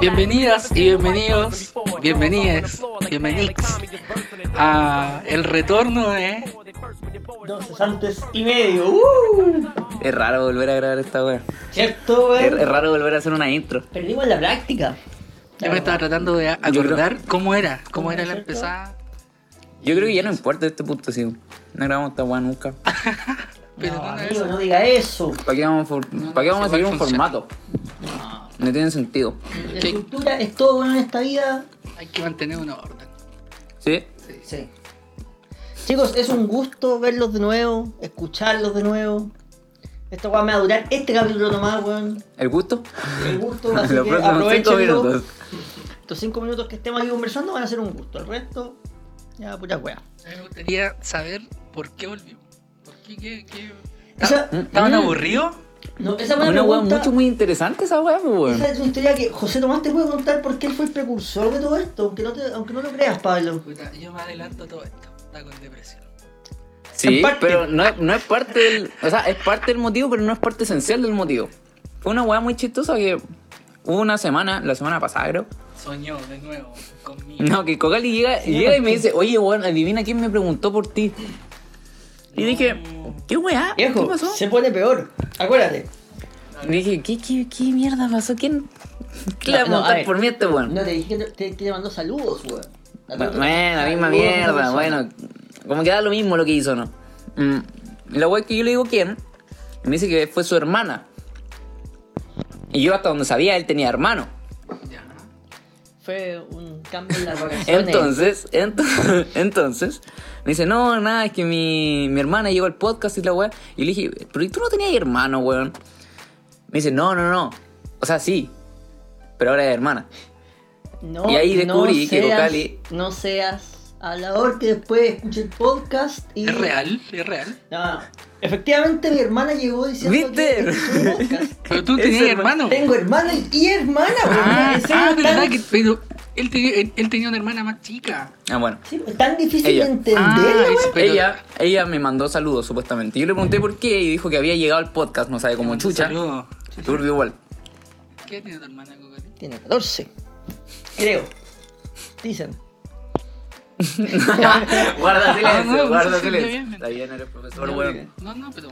Bienvenidas y bienvenidos, bienvenidas, bienvenix a el retorno de Dos cesantes y medio. ¡Uh! Es raro volver a grabar esta wea. ¿Cierto, Es, weón? es raro volver a hacer una intro. Perdimos la práctica. yo me estaba tratando de acordar cómo era, cómo era la ¿Cierto? empezada, Yo creo que ya no importa este punto, sí. No grabamos esta wea nunca. pero no, no, no, amigo, no diga eso. ¿Para qué vamos a, for- no, ¿para qué vamos a ese seguir igual un funciona. formato? No tiene sentido. La Sí. estructura es todo bueno en esta vida. hay que mantener una orden. ¿Sí? Sí. Chicos, es un gusto verlos de nuevo, escucharlos de nuevo. Esta weá me va a durar este capítulo nomás, weón. ¿El gusto? El gusto, Los así que próximos cinco aprovechenlo. minutos. Estos cinco minutos que estemos aquí conversando van a ser un gusto. El resto, ya pura weá. Me gustaría saber por qué volvimos. ¿Por qué? qué, qué... Esa- ¿Estaban Mm. aburridos? No, esa es Una wea pregunta- mucho muy interesante esa wea, weón. Esa es una historia que José Tomás te puede contar porque él fue el precursor de todo esto, aunque no, te- aunque no lo creas, Pablo. Puta, yo me adelanto a todo esto, está con depresión. Sí, en parte. pero no, es- no es parte del. O sea, es parte del motivo, pero no es parte esencial del motivo. Fue una wea muy chistosa que hubo una semana, la semana pasada creo. Soñó de nuevo conmigo. No, que Cogali llega, Sí, llega y me porque- dice, oye, weón, adivina quién me preguntó por ti. Y dije, ¿qué weá? ¿Qué Viejo, pasó? se pone peor. Acuérdate. Dije, ¿qué, qué, qué mierda pasó? ¿Quién? ¿Qué le No, va a no, a preguntar ver. por mí a este weón? No, te dije que te, que te mandó saludos, weón. Bueno, la misma mierda, bueno. Como que da lo mismo lo que hizo, ¿no? Mm, La weá es que yo le digo quién, y me dice que fue su hermana. Y yo hasta donde sabía, él tenía hermano. Ya. Fue un cambio en las vacaciones. Entonces, ento- entonces, me dice, no, nada, es que mi, mi hermana llegó al podcast y la weá. Y le dije, pero ¿y tú no tenías hermano, weón? Me dice, no, no, no. O sea, sí. Pero ahora es hermana. No, y ahí descubrí no que seas- Cocali- No seas hablador que después escuche el podcast y. Es real, es real. No, no. Efectivamente, mi hermana llegó diciendo. ¿Viste? que escuchó el podcast. Pero tú Es tenías hermano. hermano. Tengo hermana y hermana, weón. Ah, Ese ah, es tan- verdad que. Pero él, tenía- él, él tenía una hermana más chica. Ah, bueno. Sí, es tan difícil Ella. de entender. Ah, weón. es- Pero- Ella, ella me mandó saludos, supuestamente. Yo le pregunté por qué y dijo que había llegado al podcast, no sabe, como Un chucha. saludo. Turbio igual. ¿Qué tiene tu hermana, Cogali? Tiene 14. Creo. Dicen. Ah, guarda no, silencio, pues, guarda sí, está silencio. bien. Está bien, eres profesor, Ya, weón. bien. No, no, pero.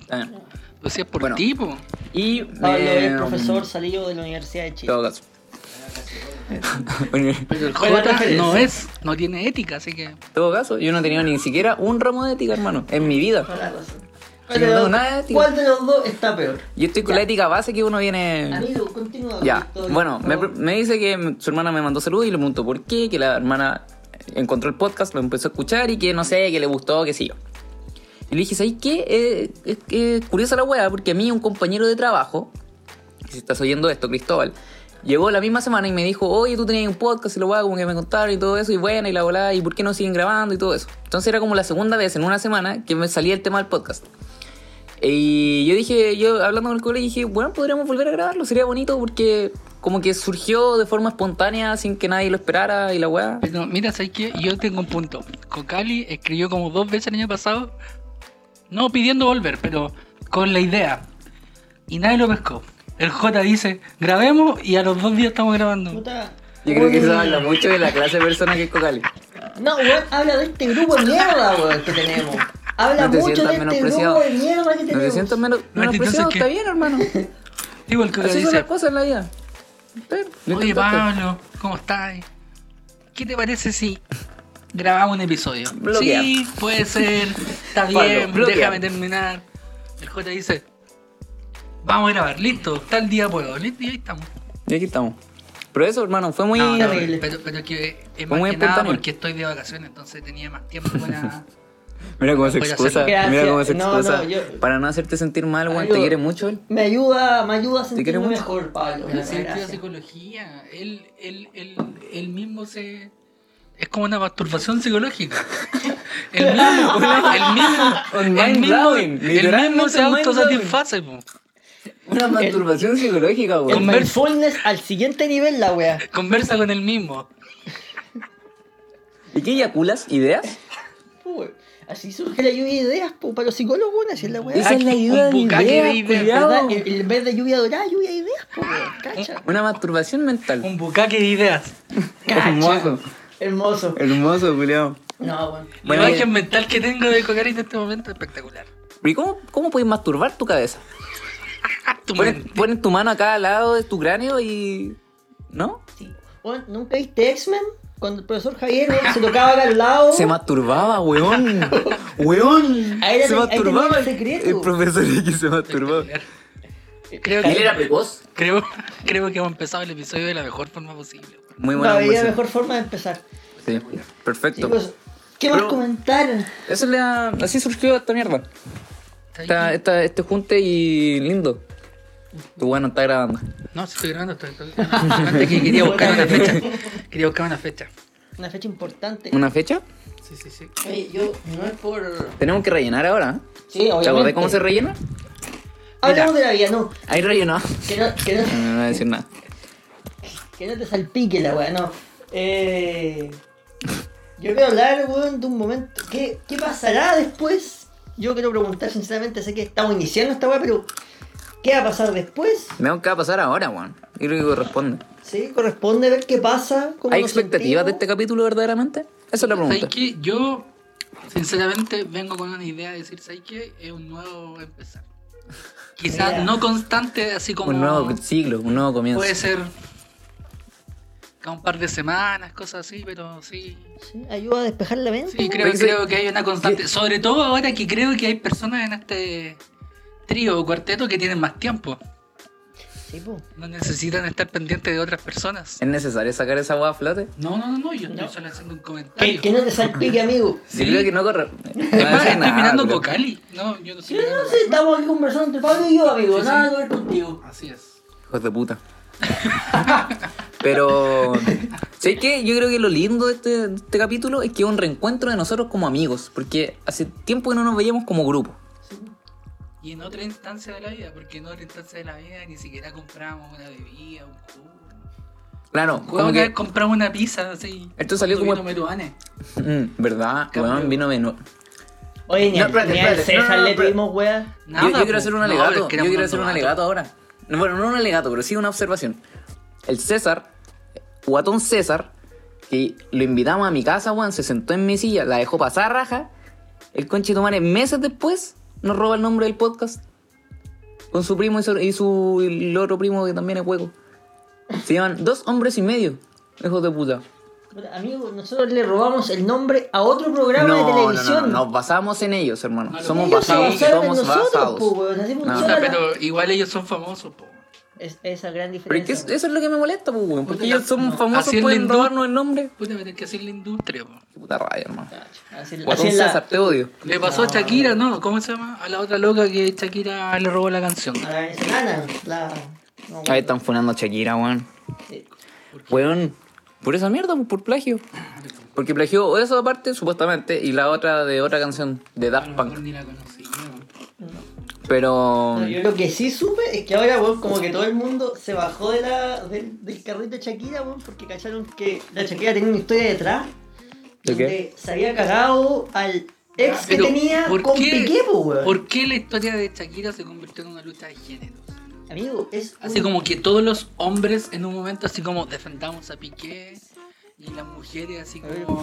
Está bien. Lo hacía por Bueno. tipo. Y Pablo me- es profesor salido de la Universidad de En Chile. todo caso. Bueno, en Pero el Fue la J referencia. no es, no tiene ética, así que. todo caso, yo no he tenido ni siquiera un ramo de ética, hermano, en mi vida. Toda la razón. Sí, ¿Cuál, de no, los, nada, tío. cuál de los dos está peor? Yo estoy con la ética base que uno viene. Amigo, continúa. con tu Ya. historia, Bueno, por me, favor. me dice que m- su hermana me mandó saludos y le preguntó por qué, que la hermana encontró el podcast, lo empezó a escuchar y que no sé, que le gustó, que sí. Y le dije, ¿sabes qué? Eh, es que es curiosa la wea, porque a mí un compañero de trabajo, si estás oyendo esto, Cristóbal, llegó la misma semana y me dijo, oye, tú tenías un podcast y lo wea, como que me contaron y todo eso, y bueno, y la volada, y por qué no siguen grabando y todo eso. Entonces era como la segunda vez en una semana que me salía el tema del podcast. Y yo dije, yo hablando con el colega, dije, bueno, podríamos volver a grabarlo, sería bonito porque como que surgió de forma espontánea, sin que nadie lo esperara y la weá. Pero pues mira, ¿sabes qué? Yo tengo un punto. Cocali escribió como dos veces el año pasado, no pidiendo volver, pero con la idea. Y nadie lo pescó. El J dice, grabemos y a los dos días estamos grabando. Puta. Yo creo que Uy. eso habla mucho de la clase de persona que es Cocali. No, weón, habla de este grupo de mierda, weón, que tenemos. Habla No te mucho de sientas este grupo menospreciado. de mierda que tenemos. No te sientas menos, No, entonces, menospreciado, ¿qué? está bien, hermano. Digo, el Coca Así son las dice, cosas en la vida. Pero, lo oye intentaste. Pablo, ¿cómo estás? ¿Qué te parece si grabamos un episodio? Bloquear. Sí, puede ser, está Pablo, bien, bloquear. déjame terminar. El J dice, vamos a grabar, listo, tal día puedo, listo, y ahí estamos. Y aquí estamos. Pero eso, hermano, fue muy... No, no, horrible. pero, pero es que es Fue más muy que nada espontáneo. porque estoy de vacaciones, entonces tenía más tiempo para... Mira cómo se Voy a excusa. hacerlo. Mira cómo se Gracias. No, excusa. no, yo- Para no hacerte sentir mal, weón. Amigo, Te quiere mucho él. Me ayuda, me ayuda a sentirme quiero mucho. mejor, Pablo. Pero si él estudia Gracias. psicología, él, él, él, él mismo se... Es como una masturbación psicológica. El mismo, el mismo, Un el mind mismo, blowing, el mismo literalmente se un mind autosatisface. po. Una masturbación psicológica, El weón. Conver- mindfulness al siguiente nivel, la wea. Conversa con él mismo. ¿Y qué eyaculas? ¿Ideas? Uy. Así surge la lluvia de ideas, po, para los psicólogos, weón, así es la weá. Esa es la un idea Ah, de bucaque ideas, de ideas, culiao. ¿Verdad? En en vez de lluvia dorada, lluvia de ideas, po, weón. Cacha. Una masturbación mental. Un bucaque de ideas. Cacha. Hermoso. Hermoso. Hermoso, culiao. No, weón. Bueno, la eh. imagen mental que tengo de Cocaine en este momento es espectacular. ¿Y cómo, cómo puedes masturbar tu cabeza? Ah, tu Ponen, mente. ponen tu mano acá al lado de tu cráneo y. ¿No? Sí. Weón, ¿nunca viste X-Men? Cuando el profesor Javier weón, se tocaba acá al lado. Se masturbaba, weón. weón. Ahí era- se ahí tenía masturbaba. el secreto. El profesor X se masturbaba. Creo Él que, era precoz. creo, creo que hemos empezado el episodio de la mejor forma posible. Muy No, había buena conversación. mejor forma de empezar. Sí, perfecto. Chicos, ¿qué más Pero- comentar? Esa es la- Así surgió esta mierda. Esta- esta- este junte y lindo. Tu bueno está grabando. No, si estoy grabando, estoy, estoy grabando. Solamente que quería buscar una fecha. Quería buscar una fecha. Una fecha importante. ¿Una fecha? Sí, sí, sí. Oye, yo no es por. Tenemos que rellenar ahora. ¿eh? Sí, ¿Te acordás obviamente. cómo se rellena? Hablamos de la vida, no. Ahí rellenó. Que no, que no, No, no voy a decir nada. que no te salpique la weá, no. Eh, yo quiero hablar, weón, de un momento. ¿Qué, ¿Qué pasará después? Yo quiero preguntar, sinceramente, sé que estamos iniciando esta weá, pero ¿qué va a pasar después? Veamos qué va a pasar ahora, weón. Yo creo que corresponde. Sí, corresponde ver qué pasa. cómo ¿Hay nos expectativas de sentimos. este capítulo verdaderamente? Esa es la ¿Sabes pregunta. qué? Yo, sinceramente, vengo con una idea de decir, ¿sabes qué? Es un nuevo empezar. Quizás Mira. no constante, así como... Un nuevo siglo, un nuevo comienzo. Puede ser... cada un par de semanas, cosas así, pero sí... Sí, ayuda a despejar la mente. Sí, weón. creo, Oye, creo sí. que hay una constante. Sobre todo ahora que creo que hay personas en este trío o cuarteto que tienen más tiempo. Sí, po. No necesitan estar pendientes de otras personas. ¿Es necesario sacar esa agua a flote? No, no, no, no, yo estoy No. solo haciendo un Que, comentario. que no te salpique, amigo. Sí. Yo creo que no corre. No voy a Es más, decir estoy nada, mirando culiao. Cocali. No, yo no Sí, estoy mirando no sé, estamos aquí conversando entre Pablo y yo, amigo. Sí, sí. Nada que ver contigo. nada. Así es. Hijos de puta. Pero. ¿Sabes qué? Yo creo que lo lindo de este, de este capítulo es que es un reencuentro de nosotros como amigos. Porque hace tiempo que no nos veíamos como grupo. Y en otra instancia de la vida, porque en otra instancia de la vida ni siquiera compramos una bebida, un jugo. Claro, Como como que que. compramos una pizza, así. Esto salió Cuando como- vino Meruane. Mm, ¿Verdad? Cambio. Weón, vino menú. Oye, ni, No, al- espérate, ni al espérate. César No, no, le no, pedimos, weá. Nada, yo, yo quiero po. hacer un No, alegato. pero es que yo era quiero un hacer un novato. alegato ahora. No, bueno, no un alegato, pero sí una observación. El César, guatón César, que lo invitamos a mi casa, Juan, se sentó en mi silla, la dejó pasar raja. El conche Tomare, meses después, nos roba el nombre del podcast. Con su primo y su, y su- y el otro primo que también es hueco. Se llaman dos hombres y medio, hijos de puta. Amigo, nosotros le robamos el nombre a otro programa de no, televisión. no, nos basamos en ellos, hermano. No, somos Ellos se basados, basaron en somos nosotros, basados. po, weón, así funciona. O No, sea, pero igual ellos son famosos, po. Es, esa gran Pero es que diferencia. es- eso es lo que me molesta, pues, weón. Porque ellos somos No, famosos, así es pueden lindo. robarnos el nombre. Puta, tener que hacer la industria, po. Qué Puta rabia, hermano. weón. Así, es- así Guatón es la- César, te odio. Le pasó a Shakira, ¿no? ¿Cómo se llama? A la otra loca que Shakira le robó la canción. a la venezolana. La, no, Ahí están funando a Shakira, weón. sí. Weón, por esa mierda, pues, por plagio. Porque plagió esa parte, supuestamente, y la otra de otra canción, de A Daft lo mejor Punk. ni la conocí, ¿no? Pero. No, yo lo que sí supe es que ahora, weón, como que todo el mundo se bajó de la, del, del carrito de Shakira, weón, porque cacharon que la Shakira tenía una historia detrás. ¿De qué? donde se había cagado al ex que Pero, tenía ¿por con qué- Piqué, po, weón. ¿Por qué la historia de Shakira se convirtió en una lucha de géneros? Amigo, es Así un- como que todos los hombres en un momento así como defendamos a Piqué y las mujeres así como...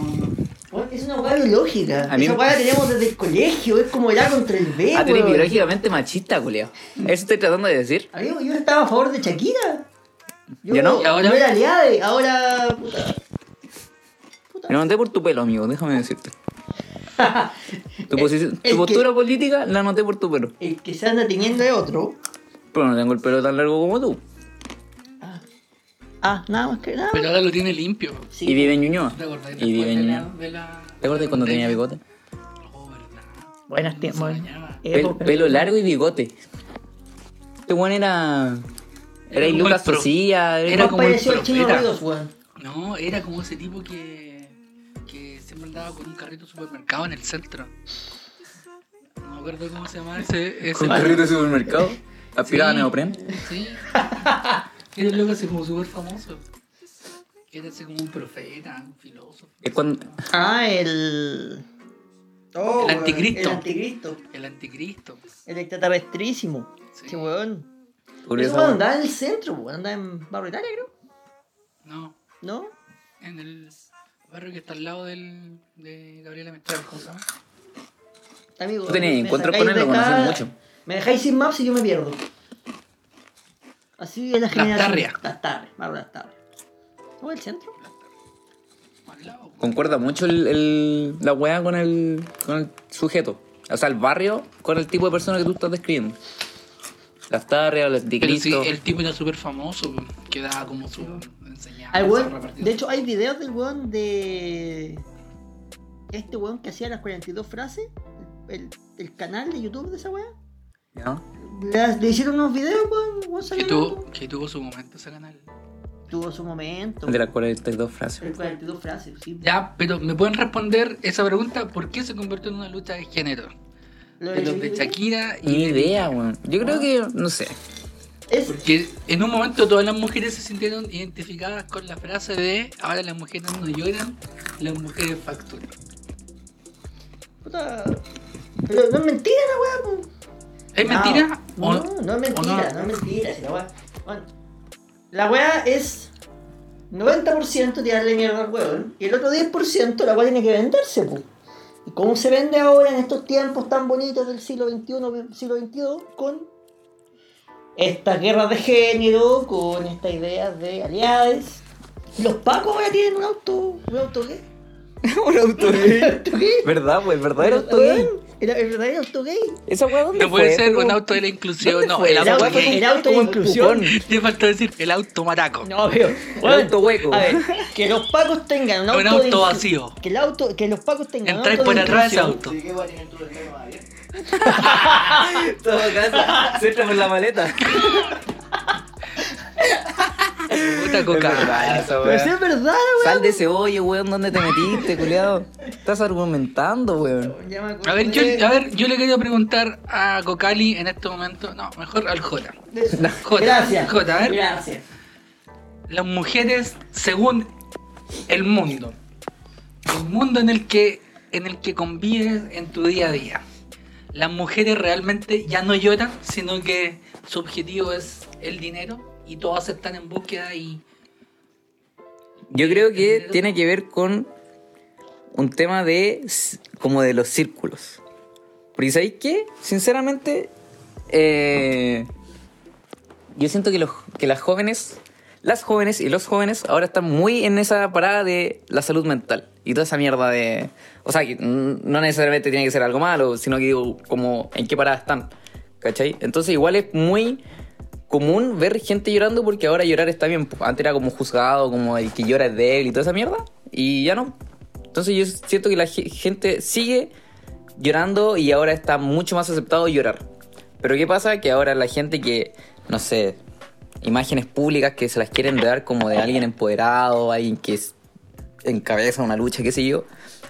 Weón, Es una hueá biológica. A mí- Esa hueá la tenemos desde el colegio. Es como el A contra el B. Ah, tú eres weón. biológicamente machista, culeo. Eso estoy tratando de decir. Amigo, yo estaba a favor de Shakira. Yo no. ¿Y ahora? Yo era aliade. Ahora. Puta. Me noté por tu pelo, amigo, déjame decirte. Tu, posición- Eh, es que- tu postura política la noté por tu pelo. El que se anda teniendo es otro. Pero no tengo el pelo tan largo como tú. Ah, nada más que nada. Pero ahora lo tiene limpio. Sí. Y vive en Ñuñoa. ¿Te acordás Y vive después en de Ñuñoa. la- de la- ¿Te acuerdas cuando tenía bigote? Oh, verdad. Buenas Se tiempos. bañaba. Pel- pelo largo y bigote. Este weón era. Era Era como Lucas el pro. Socía. Era Era como como el pareció el chino profeta. Ríos, weón. No, era como ese tipo que, que siempre andaba con un carrito de supermercado en el centro. No me acuerdo cómo se llamaba ese. ese Con carrito de supermercado. Aspiraba Sí. a neopren. Sí. Era un loco así como súper famoso. Era así como un profeta, un filósofo. Es cuando. Ah, el. Oh, El anticristo. El anticristo. El anticristro. El extraterrestrísimo. Sí. Qué weón. Curioso. Eso weón andaba en el centro, weón. Andaba en Barrio Italia, creo. No, ¿No? en el barrio que está al lado del, de Gabriela Mistral. ¿cómo se llama? Amigo, Tú tenías me encuentros sacáis con él, lo de acá, conoces mucho. Me dejáis sin maps y yo me pierdo. Así es la generación. tarrias. Las tardes, Barrio Las tardes. ¿O el centro? Al lado. Concuerda mucho el- el- la weá con el, con el sujeto. O sea, el barrio con el tipo de persona que tú estás describiendo. Las tarrias, el Pero sí, anticristo. el tipo era súper famoso, pues, que daba como su enseñanza. Al weón, repartido. de hecho, hay videos del weón de. Este weón que hacía las 42 frases. El, el canal de YouTube de esa weá. ¿no? Las- Le hicieron unos videos, weón. weón que salió- tuvo, que tuvo su momento ese canal. Tuvo su momento. De las 42 frases. El 42 frases, sí. Ya, pero ¿me pueden responder esa pregunta? ¿Por qué se convirtió en una lucha de género? Lo De los de Shakira y... Ni idea, weón. Yo creo que, no sé. Es, Porque en un momento todas las mujeres se sintieron identificadas con la frase de ahora las mujeres no lloran, las mujeres facturan. puta. Pero no es mentira la weá, po. ¿Es mentira? No, ¿O- no, no es o mentira, no? es mentira. si la weá. bueno, la weá es 90% tirarle mierda al weón. Y el otro 10% la weá tiene que venderse, po. Y cómo se vende ahora en estos tiempos tan bonitos del siglo XXI, siglo XXII, con estas guerras de género, con estas ideas de aliades. Los pacos ahora tienen un auto. ¿Un auto qué? Un auto ¿Un auto qué? ¿Verdad, weón? ¿Verdadero auto Weón, gay? El, el verdadero auto gay. ¿Esa weá dónde No puede fue? ser Fue un como- auto de la inclusión, no, fue? el Esa auto weá fue gay. el auto como de inclusión. cupón. Te faltó decir el auto maraco. No, pero. Un auto hueco. A ver, que los pacos tengan un Un auto. auto de- vacío. Que, el auto, que los pacos tengan Entráis un auto. por de atrás de ese inclusión. auto. Sí, que voy a tener tu ventana más abierta. ¿eh? Todo casa. Se entra por la maleta. Puta coca. Es verdad esa Pero weá. si es verdad, Sal de ese hoyo, weón, ¿dónde te metiste, culiado? Estás argumentando, weón. weón. Ya me acordé A ver, yo, Eh. a de- ver, yo le quería preguntar a Cocali en este momento. No, mejor al Jota. de- Jota, Gracias. Jota, a ver. Gracias. Las mujeres según el mundo. El mundo en el que en el que convives en tu día a día. Las mujeres realmente ya no lloran, sino que su objetivo es el dinero y todas están en búsqueda y Yo creo que tiene que ver con un tema de s- como de los círculos. Porque ¿sabéis qué? Sinceramente, eh, yo siento que, los, que las jóvenes, las jóvenes y los jóvenes ahora están muy en esa parada de la salud mental y toda esa mierda de... O sea, que mm, no necesariamente tiene que ser algo malo, sino que digo como en qué parada están. ¿Cachai? Entonces igual es muy común ver gente llorando porque ahora llorar está bien. po. Antes era como juzgado, como el que llora es débil y toda esa mierda. Y ya no. Entonces yo siento que la ge- gente sigue llorando y ahora está mucho más aceptado llorar. Pero ¿qué pasa? Que ahora la gente que, no sé, imágenes públicas que se las quieren dar como de alguien empoderado, alguien que es- encabeza una lucha, qué sé yo,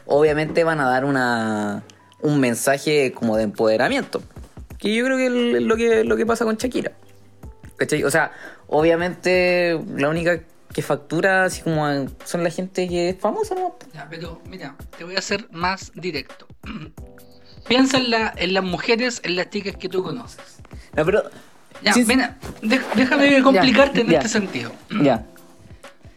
obviamente van a dar una, un mensaje como de empoderamiento. Que yo creo que es lo que, lo que pasa con Shakira. ¿Cachai? O sea, obviamente la única que factura así como a- son la gente que es famosa, ¿no? Ya, pero mira, te voy a hacer más directo. Piensa en, la- en las mujeres, en las chicas que tú conoces. No, pero... Ya, sí, mira, dej- déjame complicarte en ya. este sentido. Ya.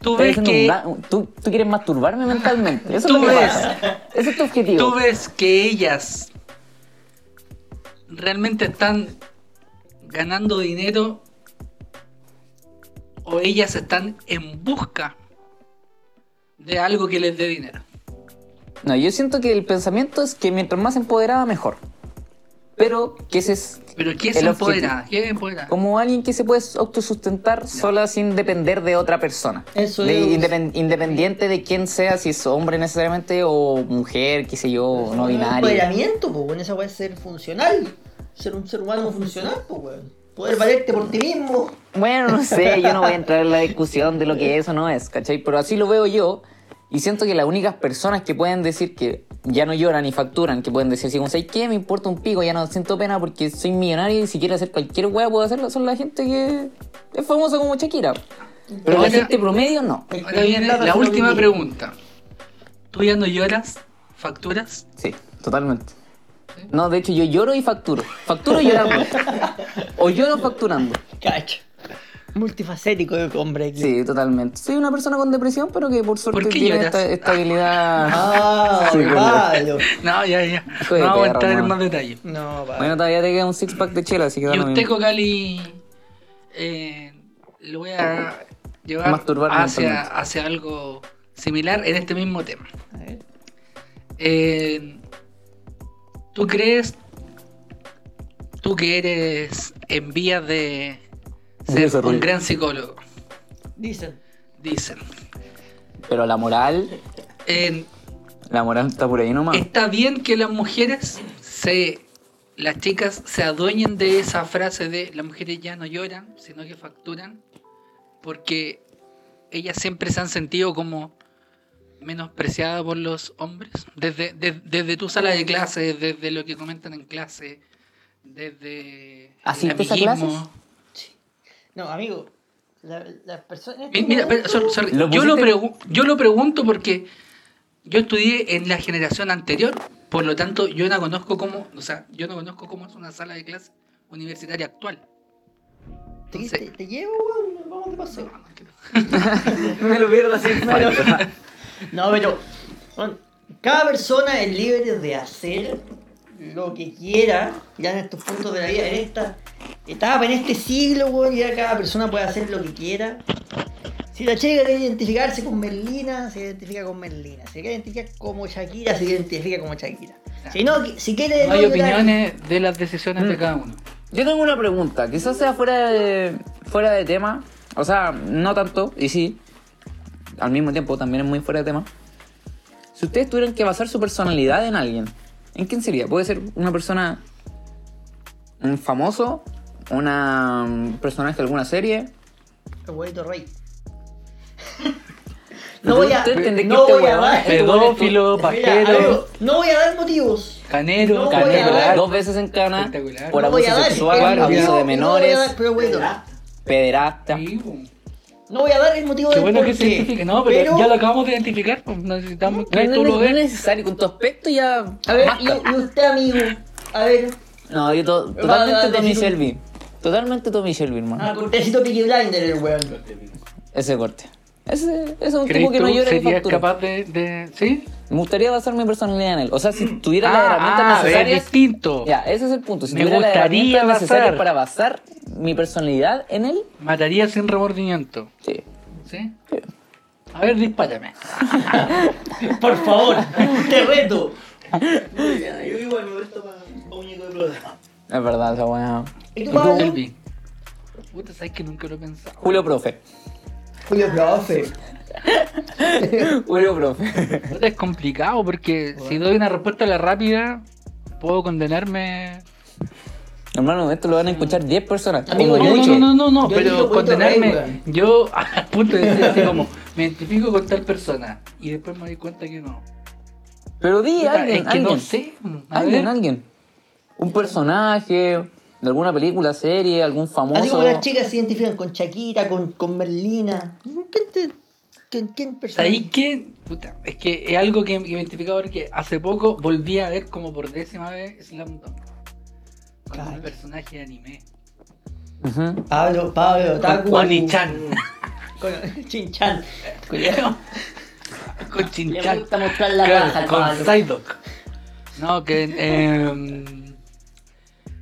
Tú Estoy ves haciendo que un da- un- tú, tú quieres masturbarme mentalmente. Eso es Tú lo que ves. pasa. Ese es tu objetivo. tú ves que ellas realmente están ganando dinero o ellas están en busca de algo que les dé dinero. No, yo siento que el pensamiento es que mientras más empoderada, mejor. Pero que ese es Pero ¿qué es El empoderada? ¿Qué es empoderada? como alguien que se puede autosustentar sola sin depender de otra persona. Eso De- es. independ- independiente de quién sea, si es hombre necesariamente o mujer, qué sé yo, o no binario. Empoderamiento, pues, weón. Esa weá es ser funcional. Ser un ser humano funcional, pues, weón. Poder valerte por ti mismo. Bueno, no sé, yo no voy a entrar en la discusión de lo que eso no es, ¿cachai? Pero así lo veo yo y siento que las únicas personas que pueden decir que ya no lloran y facturan, que pueden decir, si como, ¿sabes qué? Me importa un pico, ya no siento pena porque soy millonario y si quiero hacer cualquier hueá puedo hacerlo, son la gente que es famosa como Shakira. Pero la Ahora- gente promedio no. Ahora viene la última pregunta. ¿Tú ya no lloras? facturas. Sí, totalmente. No, de hecho yo lloro y facturo. Facturo llorando. o lloro facturando. Cacho. Multifacético de hombre aquí. Sí, totalmente. Soy una persona con depresión, pero que por suerte ¿Por qué tiene lloras? esta estabilidad. Ah, Sí, con- Pablo. No, ya, ya. Hijo de No vamos a perra, entrar en man. más detalle. No, Pablo. Bueno, todavía te queda un six pack de chela, así que da Y lo usted, mismo. Cocali, eh, lo voy a llevar Masturbarme hacia, mentalmente. hacia algo similar en este mismo tema. A ver. Eh, ¿Tú crees, tú que eres en vías de De ser desarrollo. un gran psicólogo, Dicen. dicen, Pero la moral, eh, la moral está por ahí nomás. ¿está bien que las mujeres se... Las chicas se adueñen de esa frase de las mujeres ya no lloran, sino que facturan, porque ellas siempre se han sentido como menospreciadas por los hombres, desde, de- desde tu sala de clase, desde lo que comentan en clase, desde el ¿Asistes a amiguismo. clases? No, amigo. la- este Las personas. Mi- Mira, pero, sorry, sorry, ¿Lo yo, lo pusiste? pregu- yo lo pregunto porque yo estudié en la generación anterior, por lo tanto yo no conozco cómo, o sea, yo no conozco cómo es una sala de clase universitaria actual. ¿Te, Sí. te- te llevo, weón, vamos de paseo. Me lo pierdo así. Bueno, pues, no, pero bueno, cada persona es libre de hacer lo que quiera ya en estos puntos de la vida, en esta etapa, en este siglo, weón, ya cada persona puede hacer lo que quiera. Si la chica quiere identificarse con Merlina, se identifica con Merlina. Si quiere identificar como Shakira, se identifica como Shakira. Si no, si quiere... No hay llorar- opiniones de las decisiones Mm. de cada uno. Yo tengo una pregunta, quizás sea fuera de, fuera de tema, o sea, no tanto, y sí, al mismo tiempo también es muy fuera de tema. Si ustedes tuvieran que basar su personalidad en alguien, ¿en quién sería? Puede ser una persona, un famoso, una un personaje de alguna serie. El huevito rey. Pero No voy a... usted entiende que No este voy a huevón dar... es Pedófilo, Mira, eh. amigo, pajero, no voy a dar motivos. canero, No voy a Canela, dar- dos veces en cana, Espectacular. por No voy a abuso dar, sexual, el motivo, abuso de no voy a menores, dar, pero bueno, pederasta. Sí, bueno. no voy a dar el motivo Qué del bueno que por se qué, identifique, no, pero, ya lo acabamos de identificar, pues, necesitamos No, que no, tú no, lo no es veas. necesario, con tu aspecto ya... A ver, basta. y, y usted, amigo, a ver, ah, No, yo to- Va, totalmente va, Ah. va, Tommy sí. Shelby. Totalmente Tommy Shelby, hermano. a cortecito Peaky Blinder el weón. Ese corte. Ese, ese es un ¿Crees tipo que no tú llora ni serías factura. capaz de, de- sí? Me gustaría basar mi personalidad en él. O sea, si tuviera Ah, las herramientas ah, pero es necesarias. distinto. Ya, ese es el punto. Si Me tuviera las gustaría herramientas necesarias basar. para basar mi personalidad en él, Mataría sin remordimiento. sí. ¿Sí? A ver, dispárame. Por favor, te reto. Yo igual me reto para muñeco de prueba. Es verdad, esa buena. ¿Y tú, Pablo? Selvi. Puta, sabes que nunca lo he pensado. Julio Profe. Julio Profe. Julio Profe. Puta, es complicado porque si doy una respuesta a la rápida, puedo condenarme. Hermano, esto lo van a escuchar 10 personas. Amigo, como yo no, mucho. no, no, no, no, Yo pero elijo Puerto Rey, condenarme. weón. yo al punto de decir así como, me identifico con tal persona y después me doy cuenta que no. Pero di, Puta, alguien, es que alguien. no sé. A Alguien, ver. alguien. Un personaje de alguna película, serie, algún famoso. Así como las chicas se identifican con Shakira, con, con Merlina. ¿Quién te.? ¿Quién, quién persona? ¿Sabéis qué? Puta, es que es algo que me identifica ahora que hace poco volví a ver como por décima vez Slam Dunk. Como Cacha. un personaje de anime. Ujú. Pablo, Pablo, Taku. Con Oni-chan. Con Chinchan. Con Le Chinchan. gusta mostrar la Claro, raja, al con Pablo. Psyduck. No, que. em,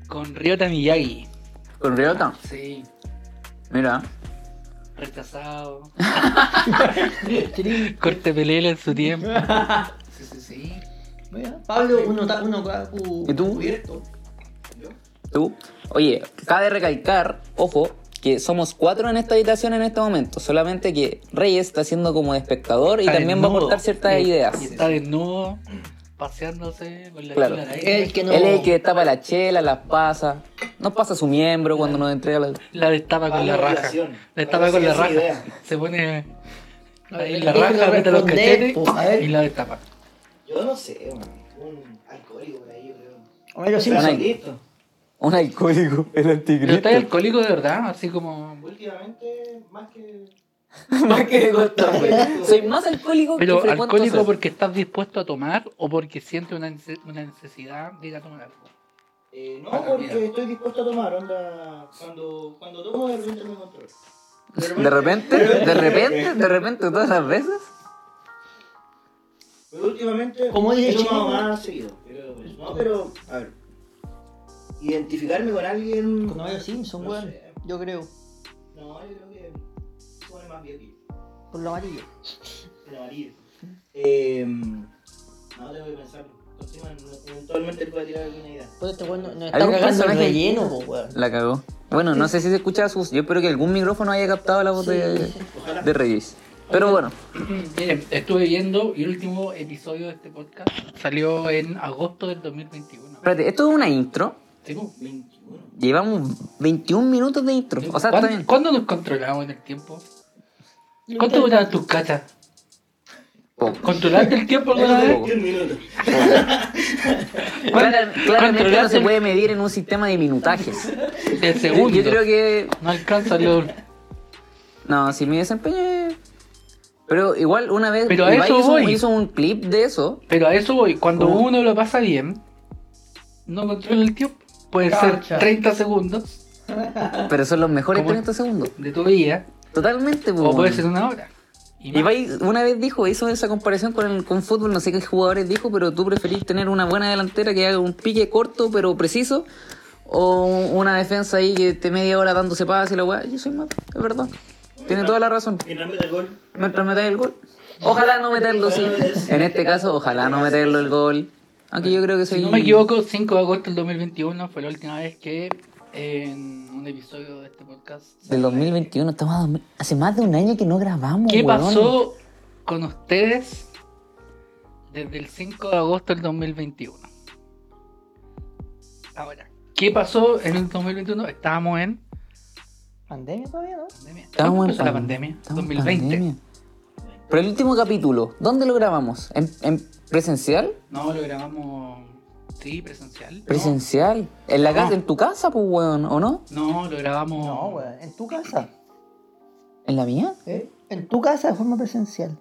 con Ryota Miyagi. Con Ryota. Sí. Mira. Rechazado. Corte pelela en su tiempo. Sí, sí, sí. Mira, Pablo, uno, ta- uno Taku. ¿Y tú? Cubierto. Tú. Oye, cabe recalcar, ojo, que somos cuatro en esta habitación en este momento. Solamente que Reyes está siendo como de espectador y Está también va a desnudo. aportar ciertas Y- ideas. Y está desnudo, paseándose con la Claro. chula al aire. El que no. Él es el que destapa la chela, las pasa. Nos pasa su miembro cuando nos entrega la. La destapa con la raja. La destapa con la raja. Se pone ahí la raja, aprieta los Responder, cachetes po, a ver. y la destapa. Yo no sé, man. un alcohólico por ahí, yo creo. Homero Una- Simpson. Listo. Un alcohólico, el Pero está anticristo. alcohólico de verdad, así como. Últimamente, más que más que de costumbre. Soy más alcohólico que Pero frecuento alcohólico hacer. porque estás dispuesto a tomar o porque sientes una, nece- una necesidad de ir a tomar algo. Eh, no, Para porque cambiar. estoy dispuesto a tomar, onda. Cuando, cuando tomo, de repente me controlo. De repente, de repente, de repente, todas las veces. Pero últimamente Como dice he tomado Chico. más seguido. Pero, no, pero, a ver. Identificarme con alguien. Con Homero Simpson, No weón. sé. Yo creo. No, yo creo que se pone más viejo. Por lo amarillo. El amarillo. Eh, no tengo que pensarlo. Continúa, eventualmente les voy a tirar alguna idea. Por este weón no- nos está ¿Algún cagando el personaje? relleno, po, weón. La cagó. Bueno, no sé si se escucha sus. Yo espero que algún micrófono haya captado la voz de, Ojalá. de Reyes. Pero bueno, Miren, estuve viendo y el último episodio de este podcast salió en agosto del 2021. espérate, esto es una intro. Sí, po. 21. Llevamos 21 minutos de intro. O sea, está ¿Cuándo, bien. cuándo nos controlamos en el tiempo? ¿Cuánto duraban tus cachas? Poco. ¿Controlaste el tiempo alguna vez? Poco. 10 minutos. Clara- claramente no controlaste se el- puede medir en un sistema de minutajes. De Yo, segundo. creo que. No alcanza los... No, si mi desempeño es- Pero igual una vez Pero a Ibai eso hizo, voy. hizo un clip de eso. Pero a eso voy. Cuando ¿Cómo? uno lo pasa bien, no controla el tiempo. Puede Cacha. ser 30 segundos Pero son los mejores ¿Cómo? 30 segundos. de tu vida Totalmente, po. o puede ser una hora. Y más. Ibai una vez dijo, hizo esa comparación con, el, con fútbol, no sé qué jugadores dijo, pero tú preferís tener una buena delantera que haga un pique corto pero preciso, o una defensa ahí que esté media hora dándose pase y la weá. Yo soy más, es verdad. Tiene toda la razón. Mientras meta el gol. Mientras metáis el gol. Ojalá no meterlo, sí. En este caso, ojalá no meterlo el gol. Aunque yo creo que soy. Si no me equivoco, 5 de agosto del 2021 fue la última vez que en un episodio de este podcast. Del 2021, estamos a dos mil- hace más de un año que no grabamos. ¿Qué weón. pasó con ustedes desde el 5 de agosto del 2021? Ahora, ¿qué pasó en el 2021? Estábamos en ¿Pandemia todavía, no? pandemia. ¿Cuándo Estábamos en empezó la pan- pandemia. estamos en 2020. pandemia. Pero el último capítulo, ¿dónde lo grabamos? ¿En, en presencial? No, lo grabamos. Sí, presencial. No, ¿Presencial? ¿En la No. casa? ¿En tu casa, pues, weón? ¿O no? No, lo grabamos. No, weón. En tu casa. ¿En la mía? ¿Eh? En tu casa de forma presencial.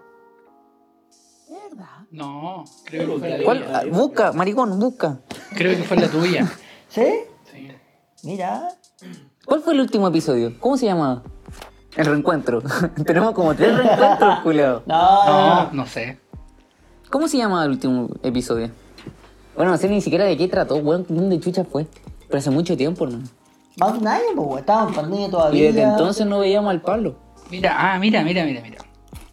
Mierda. No, creo que fue la ¿Cuál? tuya. Ah, Busca, maricón, busca. Creo que fue la tuya. ¿Sí? Sí. Mira. ¿Cuál fue el último episodio? ¿Cómo se llamaba? El reencuentro. Tenemos como tres reencuentros, culiao. No, no, No, no. no sé. ¿Cómo se llamaba el último episodio? Bueno, no sé ni siquiera de qué trató, weón. ¿Dónde chucha fue? Pero hace mucho tiempo, hermano. Más de un año, po, weón. Estábamos en pandemia Y todavía. desde entonces no veíamos al Pablo. Mira, ah, mira, mira, mira, mira.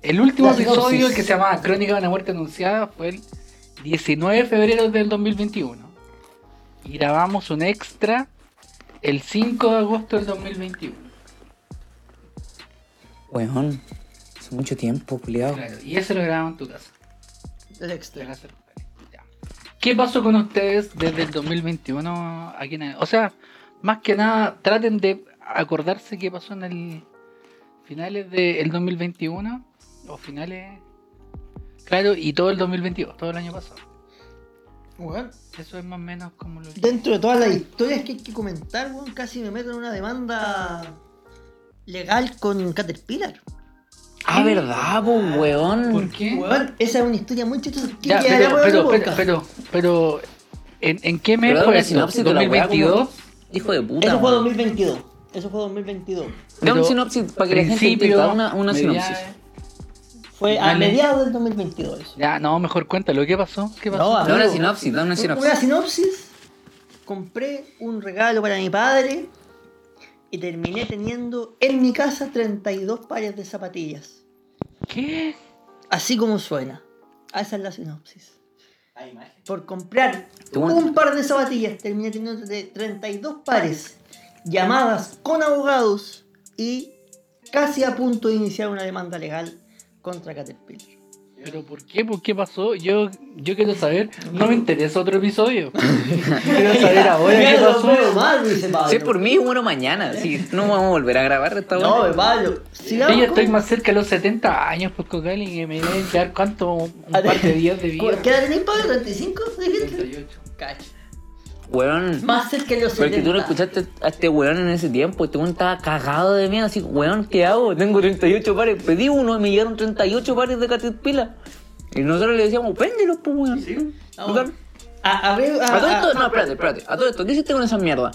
El último La episodio sinopsis. que se llamaba Crónica de una muerte anunciada fue el 19 de febrero del 2021. Y grabamos un extra el 5 de agosto del 2021. Weón, hace mucho tiempo, culiao. Claro, y ese lo grabamos en tu casa. El Te extra. la hace- ya. ¿Qué pasó con ustedes desde el 2021 aquí en el- O sea, más que nada, traten de acordarse qué pasó en el finales del 2021 o finales. Claro, y todo el 2022, todo el año pasado. Weón. Eso es más o menos como lo que- Dentro de todas las historias que hay que comentar, weón, casi me meto en una demanda legal con Caterpillar. Ah, verdad, po, weón. ¿Por qué? Weón, esa es una historia muy chistosa. que Ya, quedará pero, para pero, otro pero, podcast. pero, pero, ¿en, en qué mes Pero fue dame eso? sinopsis de la weá, ¿2022? Hijo de puta. Eso fue weón. 2022. Eso fue 2022. Da un Pero sinopsis para que la gente principio, entienda una, una mediados. sinopsis. Fue a Dale. mediados del 2022 eso. Ya, no, mejor cuéntalo. ¿Qué pasó? ¿Qué pasó? No, Da una amigo. sinopsis, da una sinopsis. Una sinopsis. Compré un regalo para mi padre y terminé teniendo en mi casa 32 pares de zapatillas. ¿Qué? Así como suena. Ah, Esa es la sinopsis. Hay imagen. Por comprar Tú- un par de zapatillas terminé teniendo de 32 pares. Llamadas con abogados y casi a punto de iniciar una demanda legal contra Caterpillar. ¿Pero por qué? ¿Por qué pasó? Yo, yo quiero saber. No me interesa otro episodio. quiero saber ahora Ya qué lo veo pasó. mal, dice Pablo. Si es por mí, bueno, mañana. Si no vamos a volver a grabar esta No, weón. pero Pablo. sigamos Yo ya estoy con- más cerca de los 70 años, pues, Cocal, y me deben quedar cuánto, un A ver, par de días de vida. ¿Qué edad tenéis, Pablo? ¿35? dijiste? 38. Cacho. Weón. Más cerca de los Porque tú no 70. escuchaste a este weón en ese tiempo. Este weón estaba cagado de miedo. Así, weón, ¿qué hago? Tengo 38 pares. Pedí uno y me llegaron 38 pares de catipila. Y nosotros le decíamos, véndelo, pues, weón. Vamos. Total. Ah, A, a ver, a, A todo esto, a- no, espérate, espérate. A todo esto, ¿qué hiciste con esa mierda?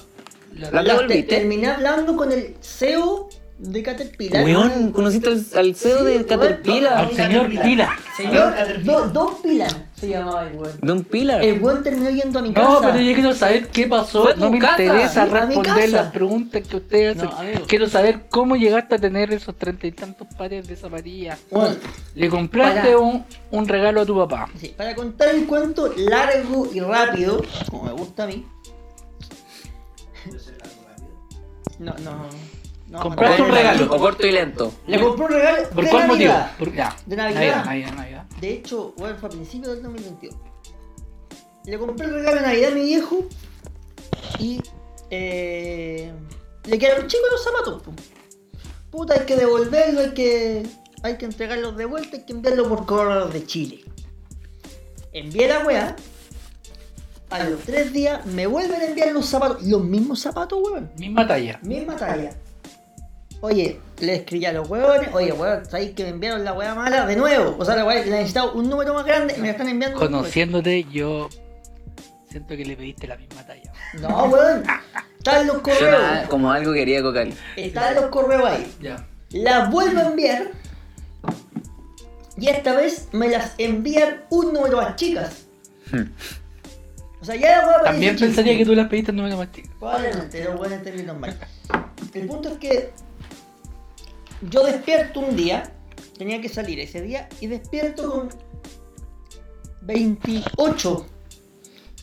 La- La hablaste- devolviste. terminé hablando con el CEO de Caterpillar. Weón, ¿conociste al, al CEO de Sí, Caterpillar? Al señor Pila. Señor, Caterpillar. Do- Don Pilar se llamaba el weón. Don Pilar. El weón terminó yendo a mi casa. No, pero yo quiero saber qué pasó. Fue a tu No me casa. interesa Fue a mi responder casa. las preguntas que ustedes hacen. No, amigo. quiero saber cómo llegaste a tener esos treinta y tantos pares de zapatillas. Weón, Le compraste Para. un, un regalo a tu papá. sí, para contar el cuento largo y rápido, como me gusta a mí. No, no. no Compraste no, un no, regalo. no. O corto y lento. Le compré un regalo. ¿Por de cuál motivo? Navidad. Por- ya. De Navidad. Navidad, Navidad, Navidad. De hecho, bueno, fue a principios del 2021. Le compré el regalo de Navidad a mi viejo y eh, le quedaron chicos los zapatos. po. Puta, hay que devolverlo, hay que, hay que entregarlos de vuelta, hay que enviarlo por correo de Chile. Envié la weá. A los tres días me vuelven a enviar los zapatos. Los mismos zapatos, weón. Misma talla. Misma talla. Oye, le escribí a los huevones. Oye, huevón, sabéis que me enviaron la hueá mala de nuevo. O sea, la hueá que necesitaba un número más grande y me la están enviando. Conociéndote, yo siento que le pediste la misma talla. No, huevón. Están Suena los correos. como algo que haría Cocali. Están los correos ahí. Ya. Las vuelvo a enviar. Y esta vez me las envían un número más chicas. O sea, ya la hueá Hmm. También parece pensaría chiste. que tú las pediste en número más chico. Probablemente, los buenos términos mal. El punto es que yo despierto un día, tenía que salir ese día, y despierto con 28.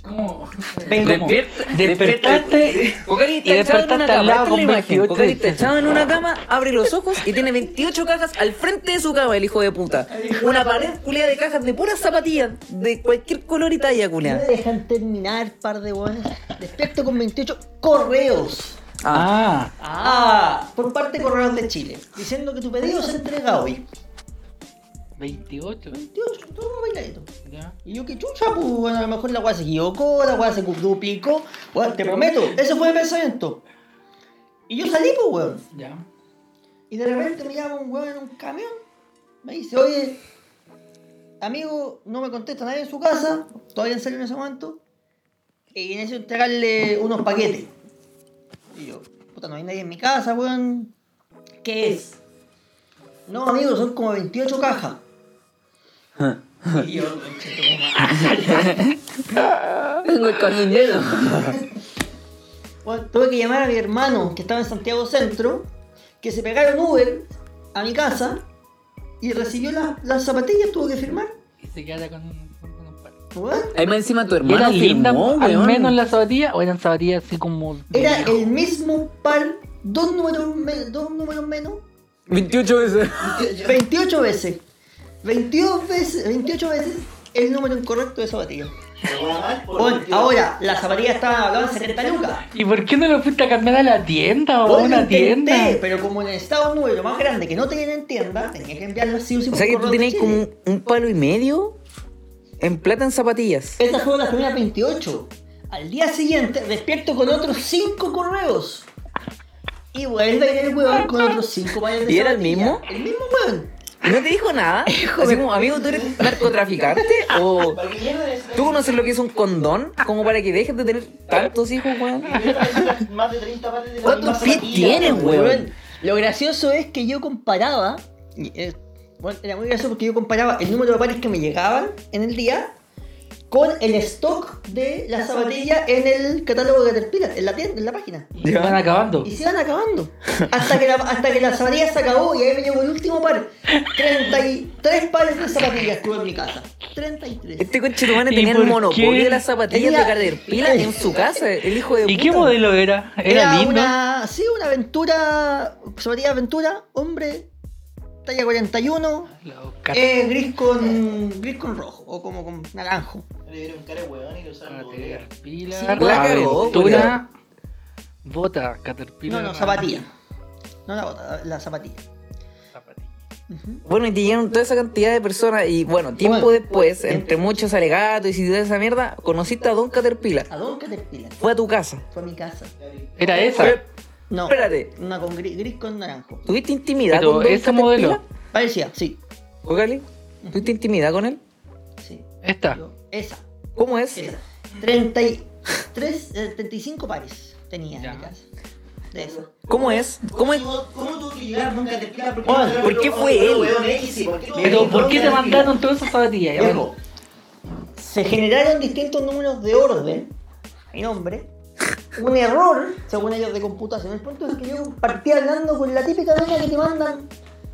¿Cómo? Vengo. Despierta- Despertaste. Cocali Y está echado en despertaste una al cama. lado Esta es la con imagen. 28 Cocali está de- echado en una cama, abre los ojos y tiene 28 cajas al frente de su cama, el hijo de puta. Una pared culea de cajas de puras zapatillas, de cualquier color y talla No me culea. dejan terminar, par de buenas. Despierto con 28 correos. Ah, Ah, Ah, por parte de Correos de Chile, diciendo que tu pedido se entrega hoy. 28. 28, todo bailadito. Ya. Y yo, que chucha, pues, bueno, a lo mejor la weá se equivocó, la weá se duplicó. Bueno, te prometo, ese fue mi pensamiento. Y yo salí, pues, weón. Ya. Y de repente me llama un weón en un camión. Me dice, oye, amigo, no me contesta nadie en su casa. Todavía en serio en ese momento. Y necesito entregarle unos paquetes. Y yo, puta, no hay nadie en mi casa, weón. ¿Qué es? No, amigo, son como 28 cajas. y yo, tengo el camión lleno. Bueno, tuve que llamar a mi hermano que estaba en Santiago Centro, que se pegaron Uber a mi casa y recibió la- las zapatillas, tuvo que firmar. Y se queda con un, con un par. Weón, Ahí más encima tu ¿Y hermano eran lindas firmó, al weón. menos las zapatillas? ¿O eran zapatillas así como.? de Era viejo? el mismo par, dos números, me- dos números menos, 28 veces. 28 veces. 22 veces, 28 veces el número incorrecto de zapatillas. Weón, ahora, las zapatillas estaban hablaban 70 lucas. ¿Y por qué no lo fuiste a cambiar a la tienda o a Weón, lo una intenté, tienda? Pero como necesitaba un número más grande que no tenía en tienda, tenía que enviarlas sí o sí O por sea que tú correo de tenés Chile. como un- un palo y medio en plata en zapatillas. Estas fueron las primeras 28. Al día siguiente despierto con otros 5 correos. Y vuelve a ir el weón con otros 5 vallas de ¿Y era el zapatilla. mismo? El mismo weón. ¿No te dijo nada? Así como, amigo, ¿tú eres narcotraficante? ¿O tú conoces lo que es un condón? Como para que dejes de tener tantos hijos, weón. Más de 30 pares de la ¿Cuántos misma pies zapatilla, tienes, weón? weón? Lo gracioso es que yo comparaba. y, eh, bueno, era muy gracioso porque yo comparaba el número de pares que me llegaban en el día con el stock de la zapatilla en el catálogo de Caterpillar, en la, tienda, en la página. Y van acabando. Y se iban acabando. Hasta que la, hasta que la zapatilla se acabó y ahí me llegó el último par. 33 pares de zapatillas tuve en mi casa. 33. Este coche tu madre ¿Y tenía el por monopolio qué? de las zapatillas Tenía- de Caterpillar en su casa, el hijo de ¿Y puta. qué modelo era? ¿Era, lindo? una. Sí, una aventura. Zapatilla aventura, hombre. Talla 41. Lo car- eh, gris con. gris con rojo. O como con naranjo. Le dieron cara de weón y lo usaron. bodega. Caterpillar, Sí, la cagó, aventura, bota, Caterpillar. No, no, zapatilla. No la bota, la- la zapatilla. zapatilla. Bueno, y te llegaron toda esa cantidad de personas y bueno, tiempo Bueno, después, gente. entre muchos alegatos y si de esa mierda, conociste a Don Caterpillar. ¿A dónde te pilas? Fue a tu casa. Fue a mi casa. Era esa. Fue- No. Espérate. Una con gris, gris con naranjo. ¿Tuviste intimidad Pero con Don ese Caterpillar? modelo, Parecía, sí. Cocali, ¿tuviste intimidad con él? Sí. esta. Yo- esa. ¿Cómo es? Esa. 33, eh, 35 pares tenía Ya. en mi casa. De eso. ¿Cómo es? ¿Cómo es? ¿Cómo, cómo tuvo que llegar nunca te explica por qué? Juan, no- ¿por qué no- fue no- él? weón, X, sí, ¿por qué- Pero ¿por qué te Don mandaron todas esas zapatillas? Ya, Viejo, Eh, se generaron distintos números de orden, mi nombre, un error, según ellos, de computación. El punto es que yo partí hablando con la típica vena que te mandan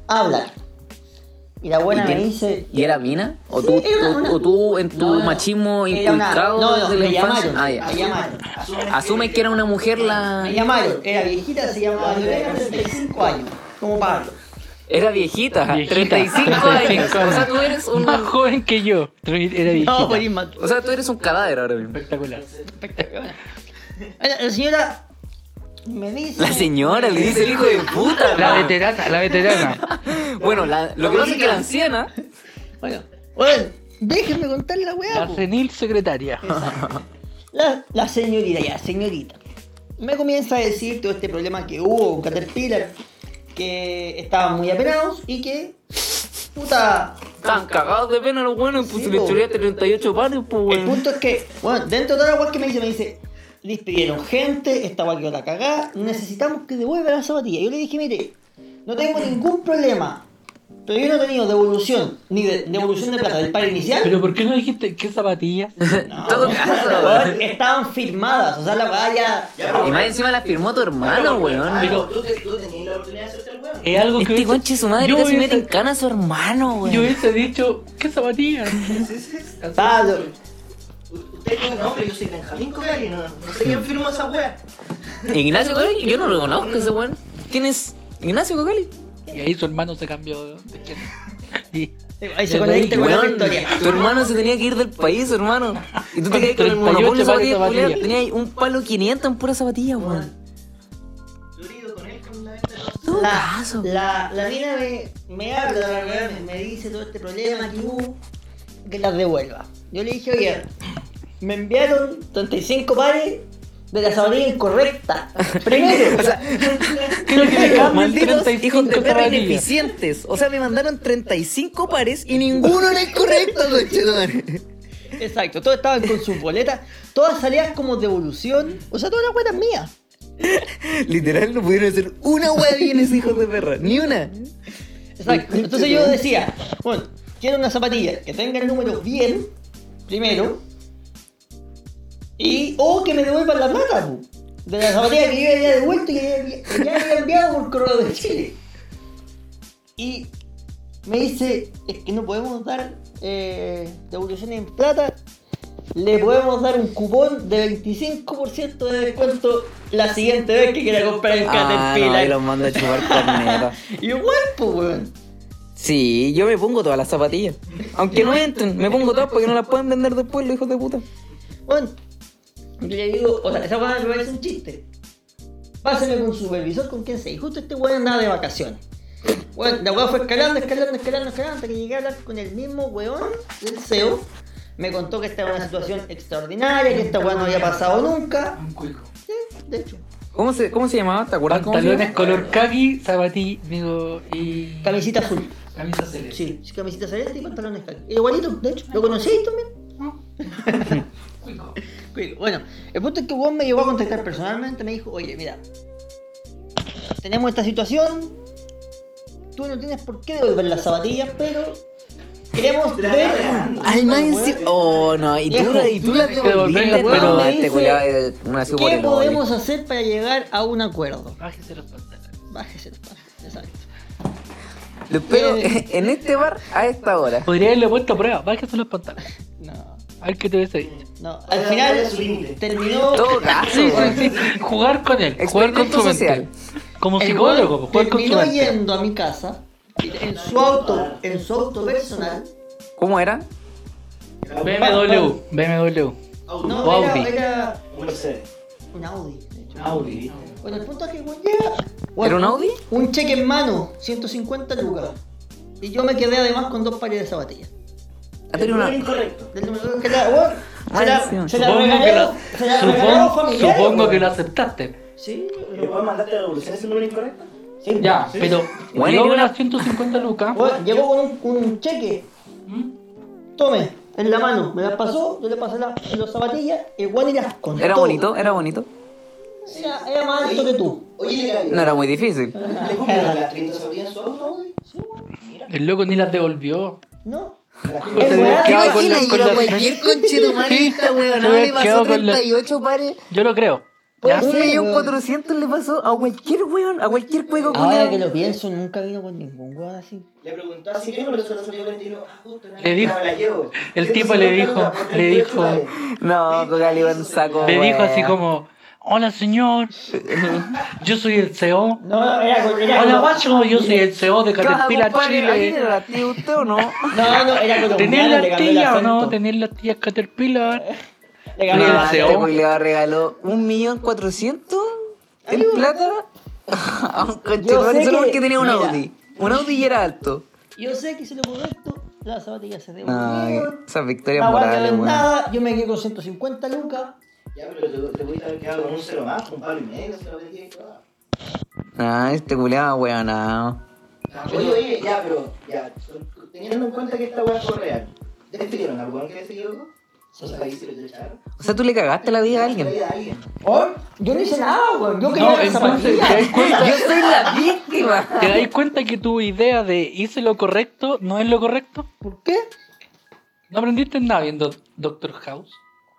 a hablar. Y la buena ¿Y qué? me dice, ¿Y era mina? ¿O Sí, tú, era o- una- o tú en tu No, no, machismo era una- inculcado no, no, desde la me infancia? llamaron, Ah, ya. me llamaron. Asume Asume que era una mujer Me la... llamaron, era viejita, se llamaba Lorena, 35 años, como Pablo. Era viejita, Viejita. 35 años. O sea, tú eres un... Más joven que yo. Pero Era No, viejita. por más. O sea, tú eres un cadáver ahora mismo. Espectacular. Espectacular. La la señora me dice... La señora le dice el hijo de puta. La hermano. veterana, la veterana. Bueno, la- lo que pasa es que la anciana... Bueno, bueno, déjenme contarle la weá. pues. La po. senil secretaria. La, la señorita, ya, señorita. Me comienza a decir todo este problema que hubo con Caterpillar, que estaban muy apenados y que. Puta. Estaban cagados de pena los buenos, pues Sí, si le po. choreaste 38 pares, pues El bueno. punto es que, bueno, dentro de toda la weá que me dice, me dice. Despidieron gente, esta weá quedó la cagada, necesitamos que devuelva la zapatilla. Yo le dije, mire, no tengo ningún problema, pero yo no he tenido devolución, ni de- devolución de plata del par inicial. Pero ¿por qué no dijiste qué zapatillas? No, Todo caso. weón, estaban firmadas, o sea, la weá ya. Y más encima la firmó tu hermano, weón. Pero tú, te- tú tenías la oportunidad de hacerte el weón. Es algo que Este hubiese- conche su madre yo casi mete en hubiese, cana a su hermano, yo weón. hubiese dicho, ¿qué zapatillas? Pablo, Usted tiene un nombre, yo soy Benjamín Cogali, no, no sé quién firmó esa wea. Ignacio Cogali, yo no lo conozco ese weón. ¿Quién es Ignacio Cogali? Y ahí su hermano se cambió de izquierda. Y Ahí se conecta con la Weón, historia. tu hermano se tenía que ir del país, hermano. Y tú te quedas con el 38 monopolio de pares de zapatillas, culiao. zapatillas. Tenías un palo 500 en pura zapatilla, weón. Florido con él con la venta de los- Todo La, caso. la, la mina me, me habla, la weá, me, me dice todo este problema que hubo, que las devuelva. Yo le dije, oye, me enviaron 35 pares de la sabanilla incorrecta. Primero, o sea, Quiero que me cambien Malditos 35 hijos de perra zapatillas. ineficientes. O sea, me mandaron 35 pares y ninguno era correcto, conchetumare. exacto, todos estaban con sus boletas, todas salían como devolución, o sea, todas las weas mías. Literal, no pudieron hacer una hueá bien esos hijos de perra. Ni una. Exacto. Este, Entonces yo decía, bueno, quiero una zapatilla que tenga el número bien, primero, y o que me devuelvan la plata, pu, de la zapatilla que yo había devuelto y que ya había- que ya había enviado por correo de Chile. Y me dice, es que no podemos dar eh, devoluciones en plata, le podemos dar un cupón de 25% de descuento la siguiente vez que quiera comprar el Ah, no, Caterpillar. ahí los mando a chupar corneta. Y yo, bueno, pues, weón. Sí, yo me pongo todas las zapatillas. Aunque no entren, me pongo todas porque no las pueden vender después, los hijos de puta. Bueno, yo le digo, o sea, esa weá me parece un chiste. Pásame con supervisor, con quien sea. Y justo este weón andaba de vacaciones. Bueno, la weá fue escalando, escalando, escalando, escalando, hasta que llegué a hablar con el mismo weón del CEO. Me contó que estaba en una situación extraordinaria, que esta weá no había pasado nunca. Un cuico. Sí, de hecho. ¿Cómo se, cómo se llamaba? ¿Te acuerdas cómo se Pantalones llamaba? color khaki, zapatí, digo, y. Camisita azul. Camisa celeste. Sí, sí, camisita celeste y pantalones cal- Igualito, de hecho. ¿Lo conocéis también? Cuico. Cuico. Bueno, el punto es que vos me llegó a contactar personalmente, me dijo, oye, mira, tenemos esta situación, tú no tienes por qué devolver las zapatillas, pero queremos ver... Ay, más encima- Oh, no, y tú, Viejo, y tú las tienes que devolviste, devolverlas, pero pero- este culiao es una super ¿Qué podemos hacer para llegar a un acuerdo? Bájese los pantalones. Bájese los pasos, exacto. Lo espero en este bar a esta hora. Podría haberle puesto a prueba, bájese los pantalones. No, A ver qué te hubiese dicho. no. Al final Su límite. terminó... Todo caso, Sí, weón. sí, sí. Jugar con él, jugar con Experimento su social. mente. Como El psicólogo, weón jugar con su terminó mente. yendo a mi casa, en su auto, en su auto personal. ¿Cómo era? BMW, BMW. No, O era- Audi. era Un Mercedes. un Audi, de hecho. Un Audi. Bueno, el punto es que, weón, llega. ¿Era un Audi? Un cheque en mano, 150 lucas. Y yo me quedé además con dos pares de zapatillas. Ah, pero número una- incorrecto. Del número que la- bueno, Ah, se la- sí, se la Supongo que regaló- la- se la supon- regaló familiar, supongo que weón. lo aceptaste. Sí, ¿Y lo- después mandaste a devolución ese número incorrecto? sí. Ya, pero Bueno, dio yo la- las 150 lucas. Bueno, llegó con un, con un cheque. Tome, en la mano. Me la pasó, yo le pasé la, las zapatillas, el guan y las contó. Era bonito, era bonito. Era, era más alto que tú. Oye, Gaby, No era muy difícil. ¿le compras las 30 zapatillas en su auto, güey? El loco ni las devolvió. ¿No? Te Es habías weá, quedado sí, con la- Imagina, con yo la- cualquier conchetumare Sí, esta weón, se le había quedado pasó con la- 38 pares. Yo lo creo. Pues, Ya. sí, Un millón weón. cuatrocientos le pasó a cualquier weón, a cualquier juego Ahora que culiao. lo pienso, nunca vino con ningún weón así. Le preguntó así que no le solo salió 21. Ah, justo, Le dijo- me la llevo. el tipo le dijo- le dijo- No, Cogali un saco. Le dijo así weón. como, hola señor, yo soy el E CEO. No, era con. Era Hola con- guacho, yo soy el CEO de ¿Qué onda, Caterpillar compadre? ¿Alguien Chile. era la tía usted o no? No, no, era con. ¿Tenés le la cambió tía o no? acento. ¿Tenés la tía Caterpillar? Le cambió el No, CEO. acento. este culiao regaló un millón cuatrocientos en plata a un conchetumare sé solo que- porque tenía un mira. Audi. Un Audi y era alto. Yo sé que hice lo correcto, las zapatillas se Ay, devolvieron. esas victorias La guardia morales, no es weón. nada, yo me quedé con 150 lucas. Ya, pero te, te pudiste haber quedado con un cero más, con un palo y medio, se lo que tienes que dar. Ah, este culiao, weón, no. Oye, oye, ya, pero, ya, teniendo en cuenta que esta weá fue real, ¿te despidieron al weón que se equivocó? O sea, ahí se lo echaron. O sea, tú le cagaste la vida a alguien. Oye, a alguien. ¿Por? Yo no hice nada, weón. Yo quería No, las entonces zapatillas. te das cuenta, Yo soy la víctima. te das cuenta que tu idea de hice lo correcto no es lo correcto. ¿Por qué? ¿No aprendiste nada viendo Doctor House?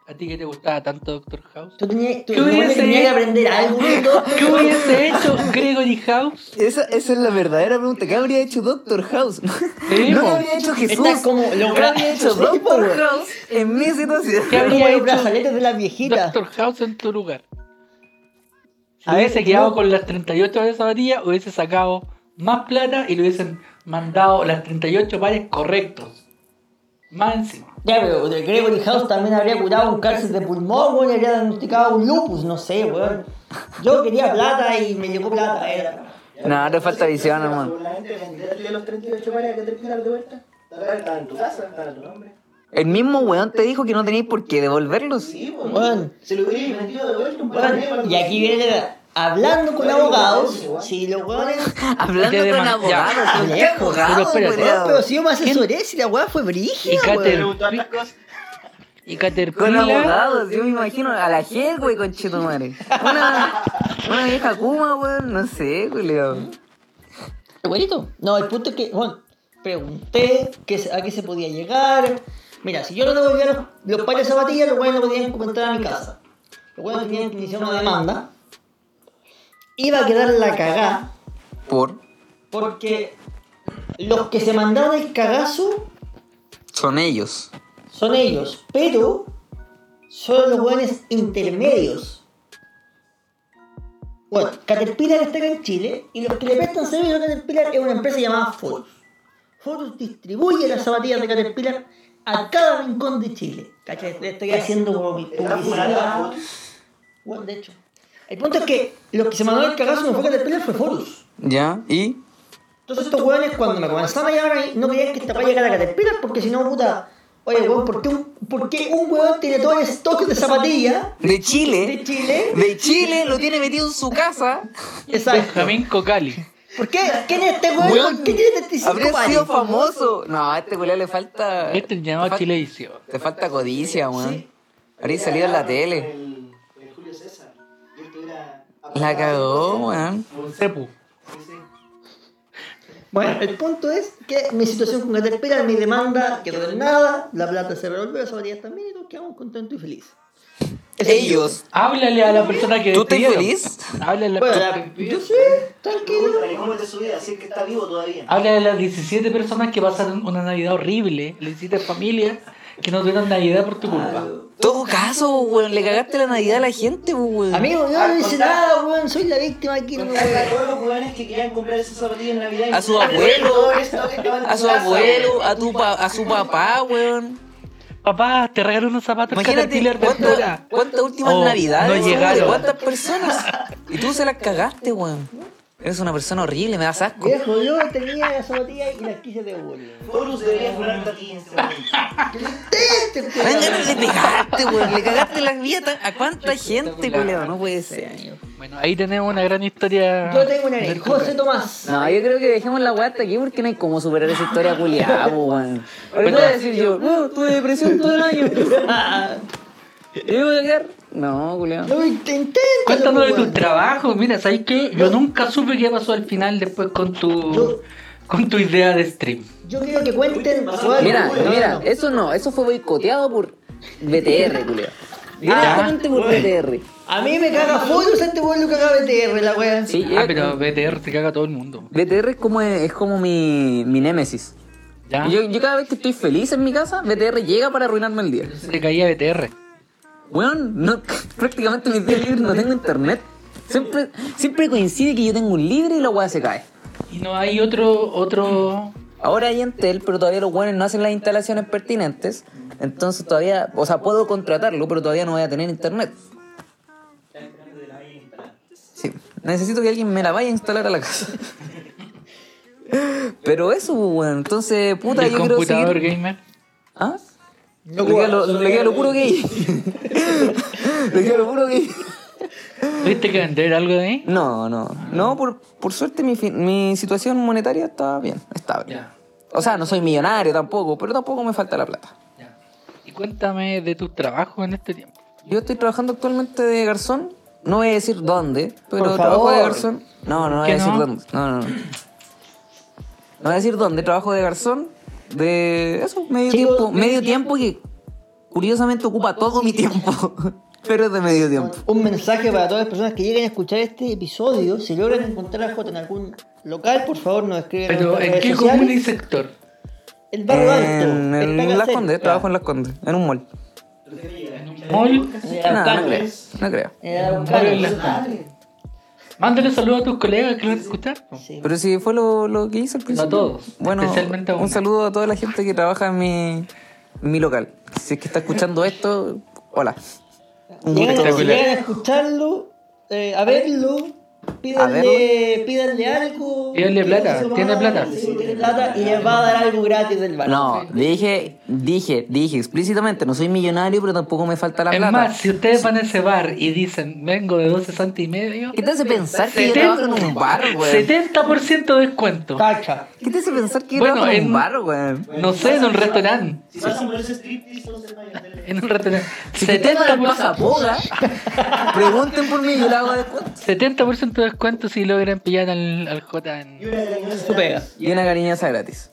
¿A ti que te gustaba tanto Doctor House? Tú tenías, tú, ¿Qué bueno, hubiese tenías que hecho? aprender algo. ¿no? ¿Qué hubiese hecho Gregory House? Esa, esa es la verdadera pregunta. ¿Qué habría hecho Doctor House? Sí, no po. ¿qué habría hecho Jesús. Está como lo ¿Qué habría hecho Sí, po, Doctor weón. House en mi situación? ¿Qué Como habría los hecho brazaletes de las viejitas. Doctor House en tu lugar? Si A ver, hubiese quedado no. con las 38 de zapatillas, hubiese sacado más plata y le hubiesen mandado las 38 pares correctos. Más encima. Ya, pero de Gregory House también habría curado un cárcel de pulmón, weón, y habría diagnosticado un lupus, no sé, weón. Yo quería plata y me llegó plata, era. No, te falta visión, hermano. hermano. Seguramente venderle los 38 pares que te pidan de vuelta. Tal vez Estaban en tu casa, estaban a tu nombre. El mismo weón te dijo que no tenías por qué devolverlos. Sí, pues, Bueno. Se lo hubiera vendido de vuelta un par de Weón, y aquí viene la- Hablando con abogados, si los weones. Hablando Te con deman- abogados. ya. ¿con ¿Qué Ah, pero Lejos, abogados, espérate. Weón, culiao? pero si yo me asesoré, si la weá fue Y brígida, Cater- weón. Caterpillar. Y Con Caterpillar. abogados, yo me imagino a la Hel, güey, con Chetumare. Una, una vieja Kuma, weón, no sé, culiao. Igualito. No, el punto es que, bueno, pregunté qué se- a qué se podía llegar. Mira, si yo no devolvía los, los pares de zapatillas, los buenos no podían entrar a mi casa. Los buenos tenían que iniciar una demanda. Iba a quedar la cagá, Por. porque los que se mandaron el cagazo Son ellos. son ellos, pero son los buenos intermedios. Bueno, Caterpillar está acá en Chile y los que le prestan servicio a Caterpillar es una empresa llamada Forus. Forus distribuye las zapatillas de Caterpillar a cada rincón de Chile. ¿Cachai? Le estoy haciendo como mi Está fumando. publicidad. Bueno, de hecho. El punto es que los que se mandaron el cagazo no fue Caterpillar, fue Forus. ¿Ya? ¿Y? Entonces estos hueones cuando me comenzaron a llamar a mí, no querían que esta paya llegara a Caterpillar porque si no, puta, oye hueón, ¿por qué un, por qué un hueón tiene todo el stock de zapatillas De Chile. de Chile? de Chile, lo tiene metido en su casa. Exacto. Benjamín Cocali. ¿Por qué? ¿Quién es este hueón? ¿Por qué tiene este 35 Habría sido pares? famoso. No, a este culiao le falta. Este llamado te fal- Chilevisión. Te falta codicia, weón. Sí. Habría salido en la tele. El, el Julio César. Y este él tuviera- La cagó, weón. Sepu. Sí, sí. Bueno, el punto es que mi situación con Caterpillar, mi demanda quedó en nada, la plata se revolvió, las zapatillas también y todos quedamos contentos y felices. Ese es mi- Ellos. Háblale a la persona que ¿Tú estás despidieron. feliz? Háblale a la Bueno, persona la- yo sé, tranquilo. Pregúntale cómo es de su vida, si es que está vivo todavía. Habla de las 17 personas que pasaron una Navidad horrible, las 17 familias que no tuvieron Navidad por tu culpa. Todo caso, weón. Le cagaste la Navidad a la gente, weón. Amigo, yo no hice nada, weón, soy la víctima aquí, no me Contarle a todos los jóvenes que querían comprar esas zapatillas en Navidad. y A su no- abuelo, todo esto que estaba en A tu su casa, abuelo, güey. a, tu pa- a su papá, weón. Papá, te regaló unos zapatos Imagínate Caterpillar de cuántas Flora. cuántas últimas Oh, navidades, no weón, llegaron. de cuántas personas. Y tú se las cagaste, weón. Es una persona horrible, me da asco. Viejo, yo tenía las zapatillas y las quise devolver. Horus debería furarte a ti en este momento. Este, Me dan weón. ganas de pegarte, weón. Le cagaste la vida tan- a cuánta gente, weón. No puede ser. Bueno, ahí tenemos una gran historia. Yo tengo una del ley. Coca. José Tomás. No, yo creo que dejemos la guata aquí porque no hay cómo superar esa historia culiada, po, weón. Ahorita voy a decir yo, oh, tuve depresión todo el año. ¿Y me voy a quedar? No, culiado. No, intenta. Cuéntanos de tus trabajos. Mira, ¿sabes qué? Yo nunca supe qué pasó al final después con tu, Yo- con tu idea de stream. Yo quiero que cuenten. Mira, No, no, mira, no. eso no, eso fue boicoteado por BTR, culiado. Directamente por BTR. A mí me caga Forus, este weón lo caga BTR, la wea. Sí, eh, Ah, yo- pero BTR te caga todo el mundo. BTR es como, es como mi, mi némesis. ¿Ya? Yo, yo cada vez que estoy feliz en mi casa, BTR llega para arruinarme el día. Se te caía BTR. Weón, no, prácticamente mis días libres no tengo internet. Siempre, siempre coincide que yo tengo un libre y la weá se cae. Y no hay otro, otro. Ahora hay Entel, pero todavía los weones no hacen las instalaciones pertinentes. Entonces todavía, o sea, puedo contratarlo, pero todavía no voy a tener internet. Sí, necesito que alguien me la vaya a instalar a la casa. Pero eso, pues, weón. Entonces, puta, el yo creo computador seguir... gamer. ¿Ah? Le queda lo, le queda lo puro gay. le queda lo puro gay. ¿Tuviste que vender algo de ahí? No, no. No, por, por suerte mi, fi- mi situación monetaria está bien, estable. Ya. O sea, no soy millonario tampoco, pero tampoco me falta la plata. Ya. Y cuéntame de tus trabajos en este tiempo. Yo estoy trabajando actualmente de garzón. No voy a decir dónde, pero Por trabajo de favor. garzón. No, no voy a ¿Qué decir no? dónde. No, no, no. No voy a decir dónde. Trabajo de garzón. De eso, medio Chicos, tiempo. Medio tiempo que curiosamente ocupa todo mi tiempo. Pero es de medio tiempo. Un mensaje para todas las personas que lleguen a escuchar este episodio. Si logran encontrar a J en algún local, por favor nos escriben. Pero nuestras ¿en eh, redes qué sociales. común y sector? El barrio alto. En, en Estaca Las Cero. Condes, trabajo en Las Condes, en un mall. Mall. Era No, no creo. Araucanes. No creo. Era Barrio en Las Araucanes. Condes. Mándale saludos a tus colegas que lo van a escuchar. Sí. Pero si fue lo, lo que hice al principio. todos, Bueno, especialmente a un uno. saludo a toda la gente que trabaja en mi, en mi local. Si es que está escuchando esto, hola. Un Llegan, gusto. si llegan a escucharlo, eh, a verlo, pídanle, pídanle algo. Pídanle plata, ¿tiene plata? Sí, tiene plata y les va a dar algo gratis del bar. No, dije, dije, dije explícitamente, no soy millonario, pero tampoco me falta la Es plata. más, si ustedes van a ese bar y dicen, vengo de 12 santi y medio, ¿Qué te hace pensar que yo 70 trabajo en un bar, güey? 70% de descuento. Cacha. ¿Qué te hace pensar que yo Bueno, trabajo en un en- bar, güey? No sé, en un restaurante. Si vas a ponerse striptease, no se vayan a En un restaurante. Si te tengo la paja 70%, poga, pregunten por mí y yo la hago después. 70% de descuento si logran pillar al, al J en- Su pega. Y una cariñaza gratis.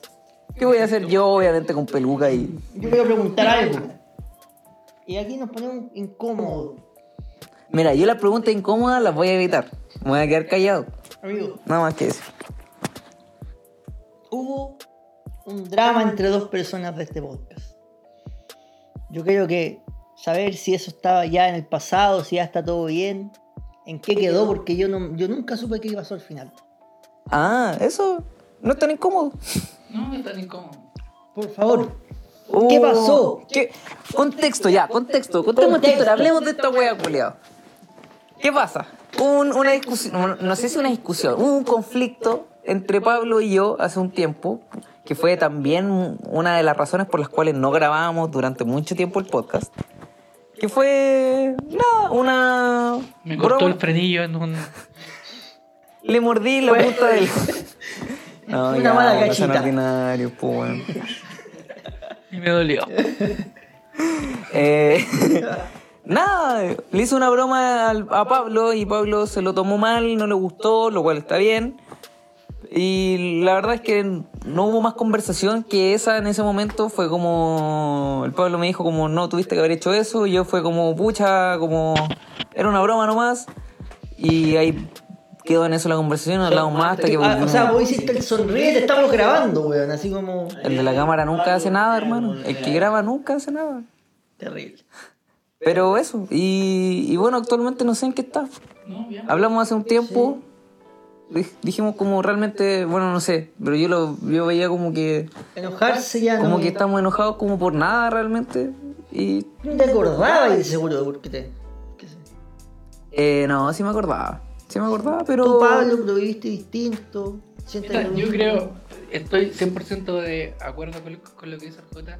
¿Qué voy a hacer yo, obviamente, con peluca y Yo quiero preguntar algo. Y aquí nos ponemos incómodos, Mira, yo las preguntas incómodas las voy a evitar. Me voy a quedar callado. amigo. Nada más que eso. Hubo un drama entre dos personas de este podcast. Yo creo que saber si eso estaba ya en el pasado, si ya está todo bien, en qué quedó, porque yo, no, yo nunca supe qué pasó al final. Ah, eso no es tan incómodo. No, es tan incómodo. Por favor, Oh, ¿qué pasó? ¿Qué? Contexto ya, contexto. Contemos esta historia, hablemos de esta wea, culiao. ¿Qué pasa? Un- una discusión, no sé si una discusión, un conflicto entre Pablo y yo hace un tiempo, que fue también una de las razones por las cuales no grabamos durante mucho tiempo el podcast. Que fue, nada, una... Me cortó broma. el frenillo en un. Le mordí la punta del. No, Una mala no gachita. sean ordinarios, po, weón. Y me dolió. Eh, nada, le hizo una broma al- a Pablo y Pablo se lo tomó mal, no le gustó, lo cual está bien. Y la verdad es que no hubo más conversación que esa en ese momento. Fue como. El Pablo me dijo, como, no tuviste que haber hecho eso. Y yo fue como, pucha, como. Era una broma nomás. Y ahí quedó en eso la conversación. No hablamos más hasta que. Ah, o volvimos. sea, vos hiciste el sonríe, te estamos grabando, weón, así como... El de la cámara nunca hace nada, hermano. El que graba nunca hace nada. Terrible. Pero eso. Y, y bueno, actualmente no sé en qué está. No, bien. Hablamos hace un tiempo. dij- Dijimos como realmente, bueno, no sé. Pero yo lo yo veía como que Enojarse ya como no... que estamos enojados como por nada realmente. Y No te acordabas, seguro, porque te... qué sé. eh, no, sí me acordaba. Se me acordaba, pero. Tú, Pablo, lo viviste distinto. sientes Mira, lo Yo mismo. creo, estoy 100% de acuerdo con, con lo que dice el Jota.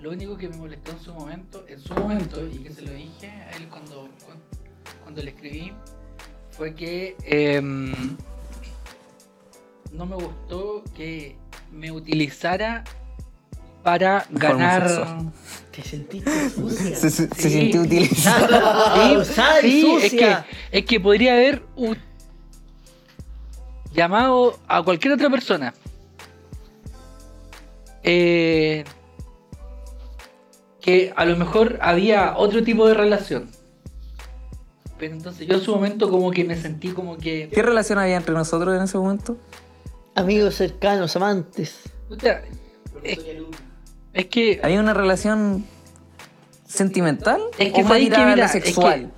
Lo único que me molestó en su momento, en su momento, y que se lo dije a él cuando, cuando, le escribí, fue que em, no me gustó que me utilizara para ganar. sexual. Te sentiste sucia. Se, se- se Sí. sintió útil. Ah, usada y Sí, es que, sucia. es que podría haber u- llamado a cualquier otra persona. Eh, que a lo mejor había otro tipo de relación. Pero entonces yo en su momento como que me sentí como que... ¿Qué relación había entre nosotros en ese momento? Amigos cercanos, amantes. puta, Profesor y alumno. es que... ¿Había una relación sentimental? Es que ¿O fue sabéis que, tirada a mira, es lo que- sexual?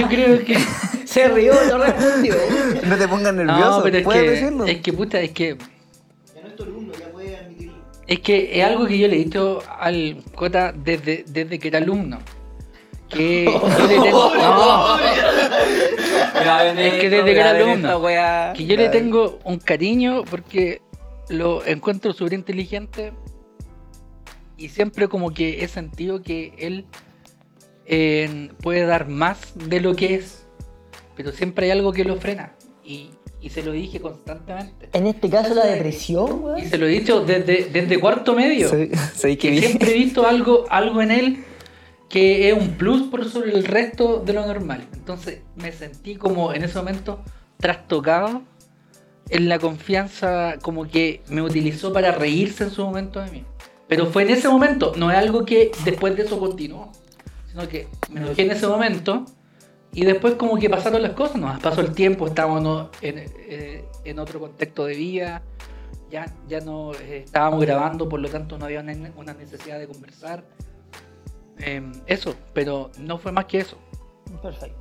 Yo creo que... Se rió, no respondió. No te pongas nervioso, No, pero es puedes que... decirlo. Es que puta, es que... Ya no es tu alumno, ya puede admitirlo. Es que es algo que yo le he dicho al Cota desde, desde que era alumno. Que yo le tengo. no, Es que desde que era alumno. que yo le tengo un cariño porque lo encuentro súper inteligente. Y siempre como que he sentido que él eh, puede dar más de lo que es. Pero siempre hay algo que lo frena. Y, y se lo dije constantemente. En este caso, la depresión, Y weón. se lo he dicho desde, desde cuarto medio. Sabéis que que vi- siempre he visto algo, algo en él que es un plus por sobre el resto de lo normal. Entonces me sentí como en ese momento trastocado en la confianza, como que me utilizó para reírse en su momento de mí. Pero fue en ese momento, no es algo que después de eso continuó, sino que me enojé en ese momento y después como que pasaron las cosas, nos pasó el tiempo, estábamos ¿no? en, eh, en otro contexto de vida, ya, ya no eh, estábamos grabando, por lo tanto no había una, una necesidad de conversar. Em, eso, pero no fue más que eso. Perfecto.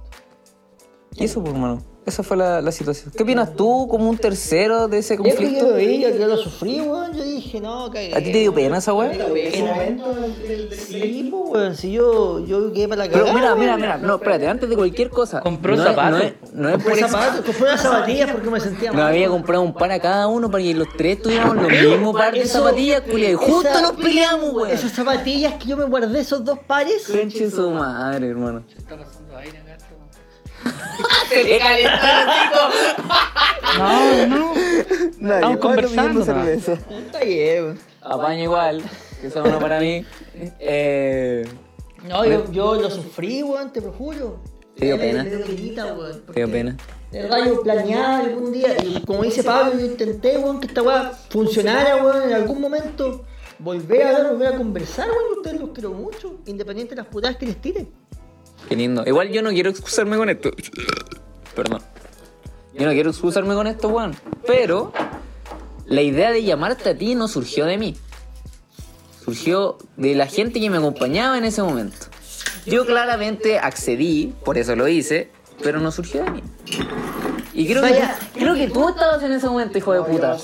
Y eso, pues, hermano. Esa fue la, la situación. ¿Qué opinas tú como un tercero de ese Es que yo lo conflicto? vi, yo, yo lo sufrí, weón. Yo dije, no, cagué. ¿A ti te dio pena esa weá? Ese momento del del- Sí, pues, weón. Si yo, yo quedé para la cagada. Pero mira, mira, weón. mira, no, espérate, ¿eh? antes de cualquier cosa. Compró no es- zapatos. No, es- no es por Compré eso. zapatos, compré unas zapatillas porque me sentía Nos mal. había comprado un par a cada uno para que los tres tuviéramos los mismos par de Eso- zapatillas, culiao. Y justo esa- nos peleamos, weón. Esas zapatillas que yo me guardé, esos dos pares. Conche su madre, hermano. Se está pasando aire, gato. No, no. Estamos conversando. nomás. Está bien, weón. Apaño igual, que son uno para mí. Eh, No, yo, yo lo sufrí, weón, te lo juro. Te dio Me- pena. Me dio penita, weón. te dio pena. De verdad, yo planeaba algún día, y como dice Pablo, yo intenté, weón, que esta weá funcionara, weón, en algún momento. Volver a hablar, volver a conversar, weón, ustedes los quiero mucho, independiente de las putadas que les tiren. Qué lindo. Igual yo no quiero excusarme con esto. Perdón. Yo no quiero excusarme con esto, weón. Pero la idea de llamarte a ti no surgió de mí. Surgió de la gente que me acompañaba en ese momento. Yo claramente accedí, por eso lo hice, pero no surgió de mí. Y creo que, Vaya. creo que tú estabas en ese momento, hijo de puta.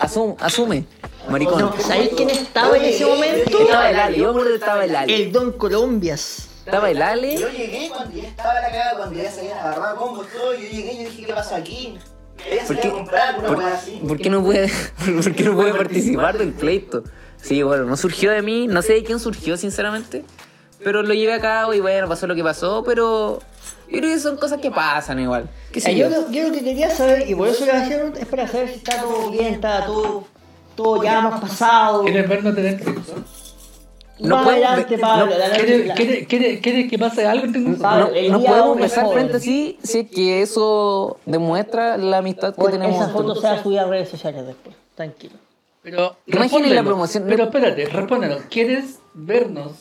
Asum- asume, maricón. No, ¿sabéis quién estaba en ese momento? Estaba el Ale, yo me acuerdo que estaba el Ale. El Don Colombias. Estaba el Ale. Yo llegué cuando ya estaba la cagada, cuando ya se habían agarrado a combos todo, yo llegué y yo dije, ¿qué pasó aquí? Quería ¿Por salir qué? a comprar una ¿Por, weá así. por qué no puede, por qué no puede participar del pleito? Sí, bueno, no surgió de mí, no sé de quién surgió, sinceramente. Pero lo llevé a cabo y bueno, pasó lo que pasó, pero yo creo que son cosas que pasan igual. ¿Qué sé Eh, yo, yo? lo, yo lo que quería saber, y por eso le bajé la pregunta, es para saber si está todo bien, está todo, todo ya más pasado. ¿Quieres vernos tener sexo? No más podemos- adelante, no- Pablo. la noche- ¿Quieres, la- quieres- quieres- quieres que pase algo? este entre nosotros? No, Pablo, el no día podemos hombre besar joven. frente así si es que eso demuestra la amistad que Bueno, tenemos. esa foto nosotros. se va a subir a redes sociales después, tranquilo. Pero Imaginen respóndelo. la promoción. Pero espérate, respóndelo. ¿Quieres vernos?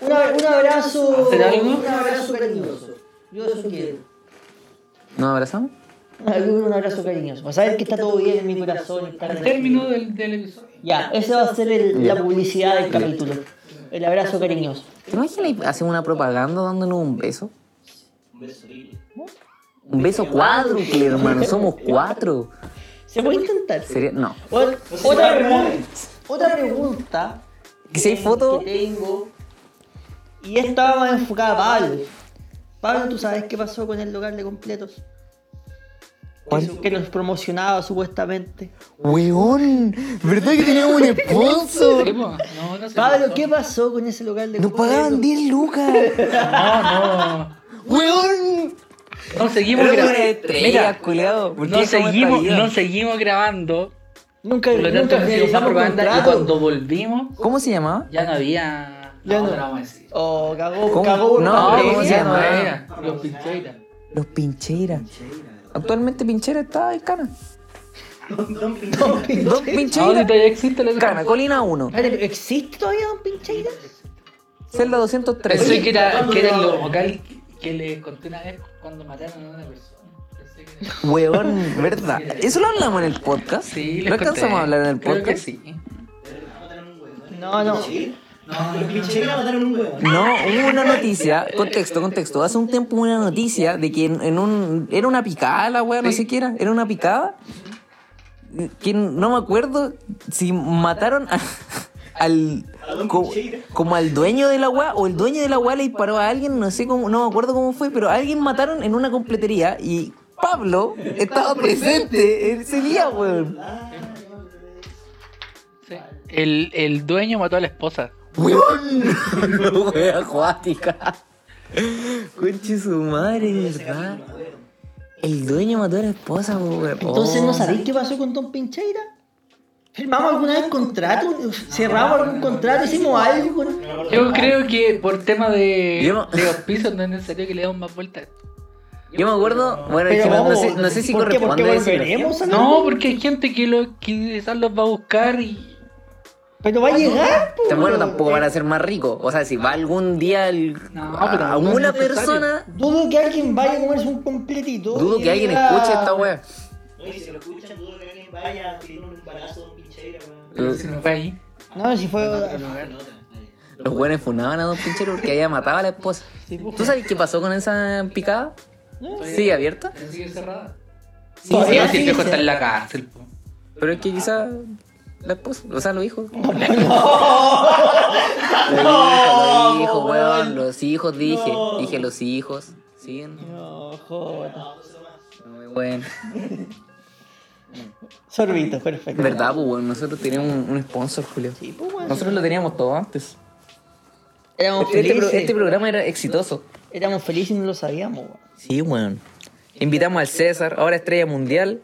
Un, ab- un abrazo. ¿Hacer algo? Un abrazo cariñoso. Yo eso quiero. ¿Nos abrazamos? Ah, yo quiero Un abrazo cariñoso. Para saber que está todo bien en mi corazón. está Al tranquilo. término del, del episodio. Ya, esa va a ser el- la publicidad del capítulo. El abrazo cariñoso. ¿Te imaginas hacer una propaganda dándonos un beso? Un beso cuádruple, hermano. Somos cuatro. ¿Se puede intentar? Sería, no. Ot- Otra pregunta. Otra pregunta Que si hay foto. que tengo. Y esta va más enfocada a Pablo. Pablo, ¿tú sabes qué pasó con el local de completos? ¿Cuál? Que nos promocionaba supuestamente. Weón, ¿verdad que teníamos un Sí, sponsor? po. No, no sé. Pablo, ¿qué pasó con ese local de Nos pagaban 10 lucas. No, no. Weón. No seguimos Pero grabando. una estrella, Mira, culiao. ¿Por no qué somos seguimos, esta vida? no seguimos grabando. Nunca, Por lo tanto, nunca hicimos más realizamos propaganda. Y contrato. cuando volvimos, ¿Cómo se llamaba? ya no había. Ya no, no. no lo vamos a decir. Oh, cagó, ¿Cómo? cagó. No, Pablo. ¿cómo se ya llama? no había. Los pincheiras. Los Pincheiras. Actualmente Pinchera está en Cana. Don Ahora Pincheira. todavía existe la Cana, Colina 1. Espérate, ¿Existe todavía Don Pincheira? Celda Pensé 213. que era, que era el local que le conté una vez cuando mataron a una persona. Pensé que era- Weón, verdad. ¿Eso lo hablamos en el podcast? Sí, les ¿Lo alcanzamos conté. a hablar en el Creo que podcast? sí. No, no. No, los pincheras mataron un huevo. No, hubo una noticia, contexto, contexto. Hace un tiempo hubo una noticia de que en, en un. Era una picada la weá, no sé qué era. Era una picada. Que no me acuerdo si mataron a- al. co- como al dueño de la weá, o el dueño de la weá le disparó a alguien, no sé cómo, no me acuerdo cómo fue, pero a alguien mataron en una completería y Pablo estaba presente ese día, weón. Sí. El, el dueño mató a la esposa. ¡Weón! Wea acuática. Conche su madre, ¿verdad? El dueño mató a la esposa, weón. Entonces, Oh. ¿no sabéis qué pasó con Don Pincheira? ¿Firmamos alguna vez contrato? ¿Cerramos algún contrato? ¿Hicimos algo? con- Yo creo que por tema de, Yo- de los pisos no es necesario que le demos más vueltas. Yo me acuerdo, bueno, es Pero que no, no vamos, sé, no sé si ¿por qué? ¿Por qué corresponde decirlo. volveremos a No, porque hay gente que, lo, que quizás los va a buscar y. Pero va a llegar, po, Tan Bueno, weón. tampoco van a ser más ricos. O sea, si va algún día el- eh. No, pero a no es una necesario. persona, Dudo que alguien vaya a comerse un completito. dudo y que alguien diga- escuche esta wea. Oye, si lo escuchan, dudo que alguien vaya a pedir un embarazo a un pincheira, weón. Se nos va ahí. No, si fue. Los weones funaban a Don Pinchero porque había matado a la esposa. pues. ¿Tú sabes qué pasó con esa picada? ¿Sigue abierta? Sigue cerrada. Sí, sí, no, si sí, el viejo sí. está en la cárcel. po. Pero es que quizá la esposa, o sea, los hijos. No, pues. los hijos, weón, los hijos dije, dije los hijos. Siguen. No, joder. Bueno, Sorbito, perfecto. verdad, pues, weón, nosotros teníamos un, un sponsor, Julio. Sí, pues, weón. Nosotros lo teníamos todo antes. Éramos Este, este felices. pro- este programa era exitoso. Éramos felices y no lo sabíamos, weón. Sí, weón. Invitamos al César, ahora estrella mundial,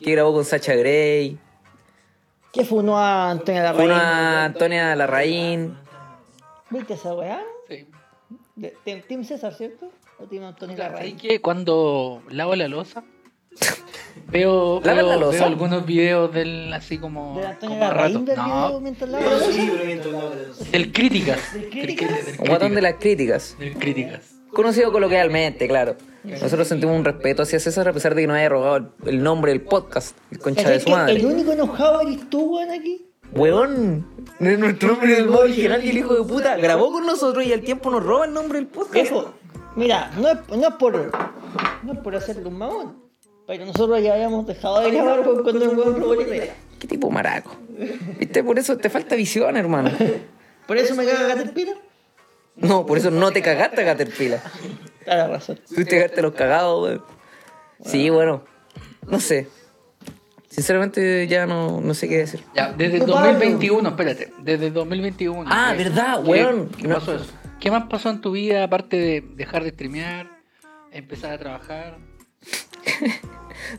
que grabó con Sacha Gray, ¿Qué fue uno a Antonio Larraín? uno a Antonia Larraín. ¿Viste esa weá? Sí. De- Team, team César, ¿cierto? ¿O Team Antonio Así Larraín? que cuando lavo la losa, veo, ¿Lava veo- la loza? veo algunos videos del así como. ¿De Antonio como a rato. Larraín del video No, mientras lavaba la losa? del críticas. ¿Del Críticas? Del Guatón de Críticas. las críticas. Del críticas. Conocido coloquialmente, claro. Nosotros sentimos un respeto hacia César a pesar de que no haya robado el, el nombre del podcast, el concha de ¿Cachai su que El madre. único enojado eres tú, weón, aquí. Huevón, no es nuestro nombre del modo original y el hijo de puta grabó con nosotros y al tiempo nos roba el nombre del podcast. Viejo, mira, no es, no es por no es por hacerle un mamón, pero nosotros ya habíamos dejado de grabar weón, cuando el weón robó la idea. Qué tipo maraco. Viste, por eso te falta visión, hermano. Por eso me caga Caterpillar. No, por eso no te cagaste a Caterpillar. Está la razón. Tuviste que darte los cagados, weón. Sí, bueno, no sé. Sinceramente ya no, no sé qué decir. Ya, desde Pablo. 2021, espérate. Desde 2021. Ah, ¿Qué- verdad, qué- weón. ¿Qué pasó eso? ¿Qué más pasó en tu vida aparte de dejar de streamear, empezar a trabajar?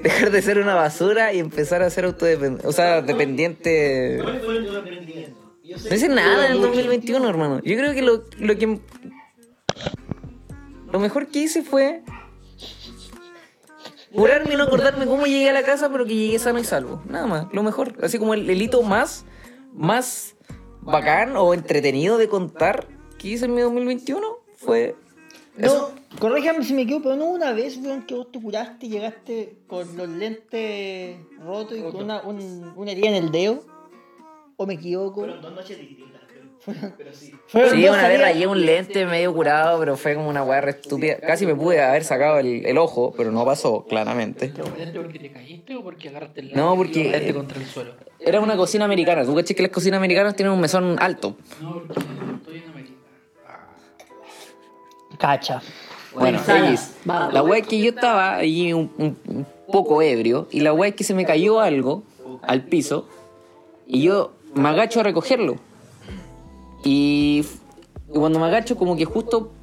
Dejar de ser una basura y empezar a ser autodependiente. O sea, dependiente. ¿Cuál fue tu emprendimiento? Yo sé No hice nada en el 2021, hermano. Yo creo que lo, lo que. Lo mejor que hice fue. Curarme y no acordarme cómo llegué a la casa, pero que llegué sano y salvo. Nada más, lo mejor. Así como el, el hito más. Más bacán o entretenido de contar que hice en mi 2021 fue. No, corríjame si me equivoco, pero no hubo una vez, weón, que vos te curaste y llegaste con los lentes rotos y con una, un- una herida en el dedo. ¿O me equivoco? Fueron dos noches distintas, pero- pero sí. Fueron Sí, dos una vez salidas. rayé un lente medio curado, pero fue como una weá re estúpida. Casi me pude haber sacado el, el ojo, pero no pasó, claramente. ¿Te aguantaste porque te caíste o porque agarraste el No, porque- y eh, lo tiraste contra el suelo? Era una cocina americana. ¿Tú caché que las cocinas americanas tienen un mesón alto? No, porque estoy en América. Cacha. Bueno, Pensala. X. Va. La weá es que yo estaba ahí un, un- un poco ebrio y la weá es que se me cayó algo al piso y yo me agacho a recogerlo. Y f- y cuando me agacho como que justo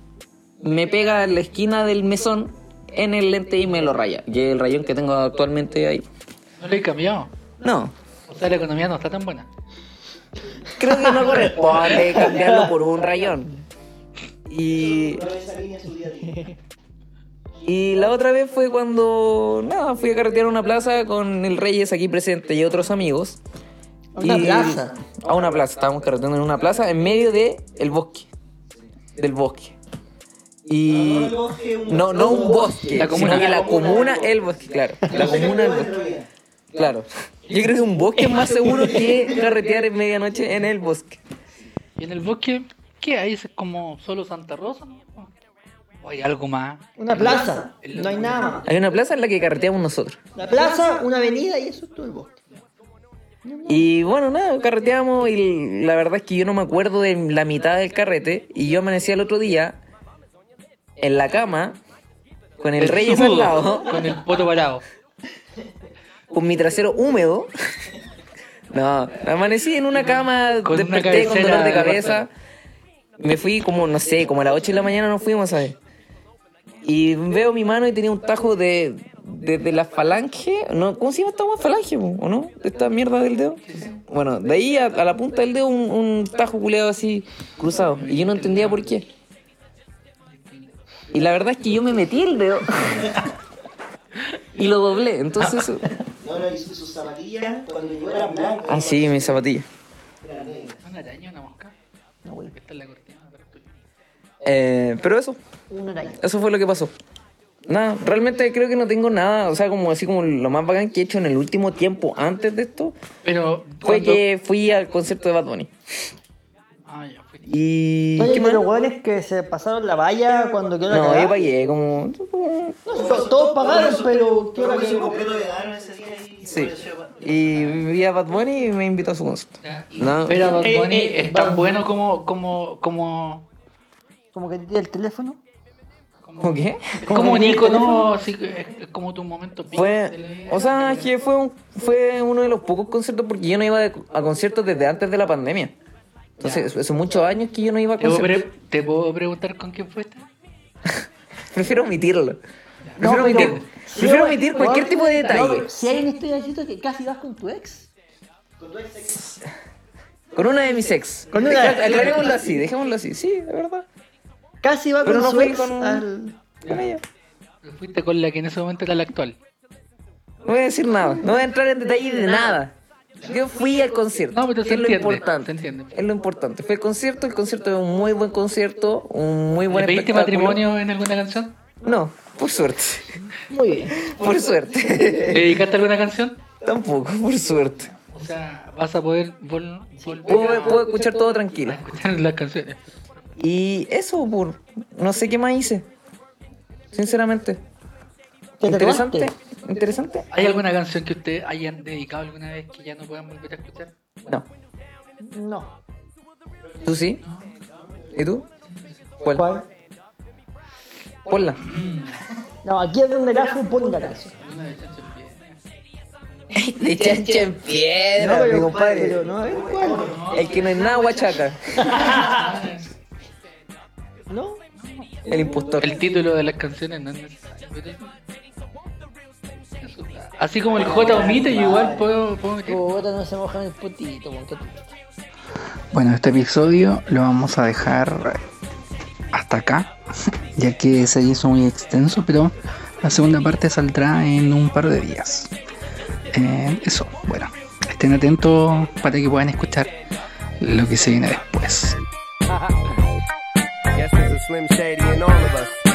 me pega la esquina del mesón en el lente y me lo raya. Que es el rayón que tengo actualmente ahí. No le he cambiado. No, O sea, la economía no está tan buena. creo que no corresponde cambiarlo por un rayón. Y Prueba esa línea su día a día. Y la otra vez fue cuando, nada, fui a carretear a una plaza con el Reyes aquí presente y otros amigos. ¿A una Y- plaza? A una plaza, estábamos carreteando en una plaza en medio de el bosque. Del bosque. Y... No, no un bosque, La comuna. la comuna, sino que la comuna, el bosque, claro. La comuna, el bosque, bosque. claro. Yo creo que un bosque es más seguro que carretear en medianoche en el bosque. ¿Y en el bosque qué hay? ¿Es como solo Santa Rosa? no? ¿O hay algo más? Una plaza. No hay nada más. Hay una plaza en la que carreteamos nosotros. La plaza, una avenida y eso es todo el bosque. Y bueno, nada, carreteamos y la verdad es que yo no me acuerdo de la mitad del carrete y yo amanecí al otro día en la cama con el Reyes al lado, Con el poto parado. con mi trasero húmedo. No, amanecí en una cama, Con una desperté con cabecera dolor de de cabeza. Me fui como, no sé, como a las 8 de la mañana nos fuimos, ¿sabes? Y veo mi mano y tenía un tajo de, de, de la falange. No, ¿Cómo se llama esta hueá? falange? po, ¿O no? Esta mierda del dedo. Bueno, de ahí a, a la punta del dedo un, un tajo culeado así cruzado. Y yo no entendía por qué. Y la verdad es que yo me metí el dedo. y lo doblé. Entonces. No, no, y su- sus zapatillas cuando yo era blanco. Ah, sí, mi zapatilla. Era negra. ¿Una araña, una mosca? Esta es la cortina. pero estoy- Eh, pero eso, Una araña. eso fue lo que pasó. Nada, realmente creo que no tengo nada, o sea, como así como lo más bacán que he hecho en el último tiempo antes de esto Pero, fue cuando- que fui al concierto de Bad Bunny. Ah, ya, fue. Y Oye, ¿qué pero más? los hueones que se pasaron la valla cuando quedó la No, cagada. yo pagué como No, to- todos pagaron, pero quedó Creo la que hice un cagada. completo vegano ese día y... sí. por eso- Y vi a Bad Bunny y me invitó a su concierto. No, Pero Bad Eh, Bunny eh, es tan Bad- bueno como, como, como, Como que tiene el teléfono. ¿Cómo qué? es como un icono, así que es es como tu momento pico de la Fue, vida. o sea, es que fue, un- fue uno de los pocos conciertos porque yo no iba de- a conciertos desde antes de la pandemia. Entonces, hace muchos años que yo no iba a ¿Te puedo, conciertos. pre- te puedo preguntar con quién fuiste? Prefiero omitirlo. No, Prefiero, pero- omitir, Sí, prefiero güey, omitir cualquier tipo de detalle. No, si hay una historia de que casi vas con tu ex. Con una de mis ex. Con una- Deja- Aclarémoslo así, dejémoslo así. Sí, de verdad. Casi va Pero con no su fui ex con- al... Con ella. Fuiste con la que en ese momento era la actual. No voy a decir nada. No voy a entrar en detalle de nada. Yo fui al concierto. No, pero que se es lo entiende, se importante. entiende. Es lo importante. Fue el concierto. El concierto es un muy buen concierto. Un muy buen ¿Le pediste espectáculo. matrimonio en alguna canción? No, por suerte. Muy bien. Por suerte. ¿Le dedicaste alguna canción? Tampoco, por suerte. O sea, vas a poder vol- volver Puedo, a- puedo escuchar todo tranquilo. a escuchar las canciones. Y eso, por. No sé qué más hice. Sinceramente. ¿Te Interesante, tatuaste? interesante. ¿Hay alguna canción que ustedes hayan dedicado alguna vez que ya no puedan volver a escuchar? No. No. ¿Tú sí? ¿Y tú? ¿Cuál? ¿Cuál? Ponla. No, aquí es donde la fue pon la canción. De chancha en piedra, No, mi pero, compadre. pero no, a ver cuál. El que no es nada guachaca. ¿No? El impostor. El título de las canciones no es necesario. Así como el J omite, yo igual puedo, puedo meter. Bogotá no se moja en el potito, porque Bueno, este episodio lo vamos a dejar hasta acá, ya que se hizo muy extenso, pero la segunda parte saldrá en un par de días. Eh, eso, bueno, estén atentos para que puedan escuchar lo que se viene después. Guess it's a Slim Shady in all of us.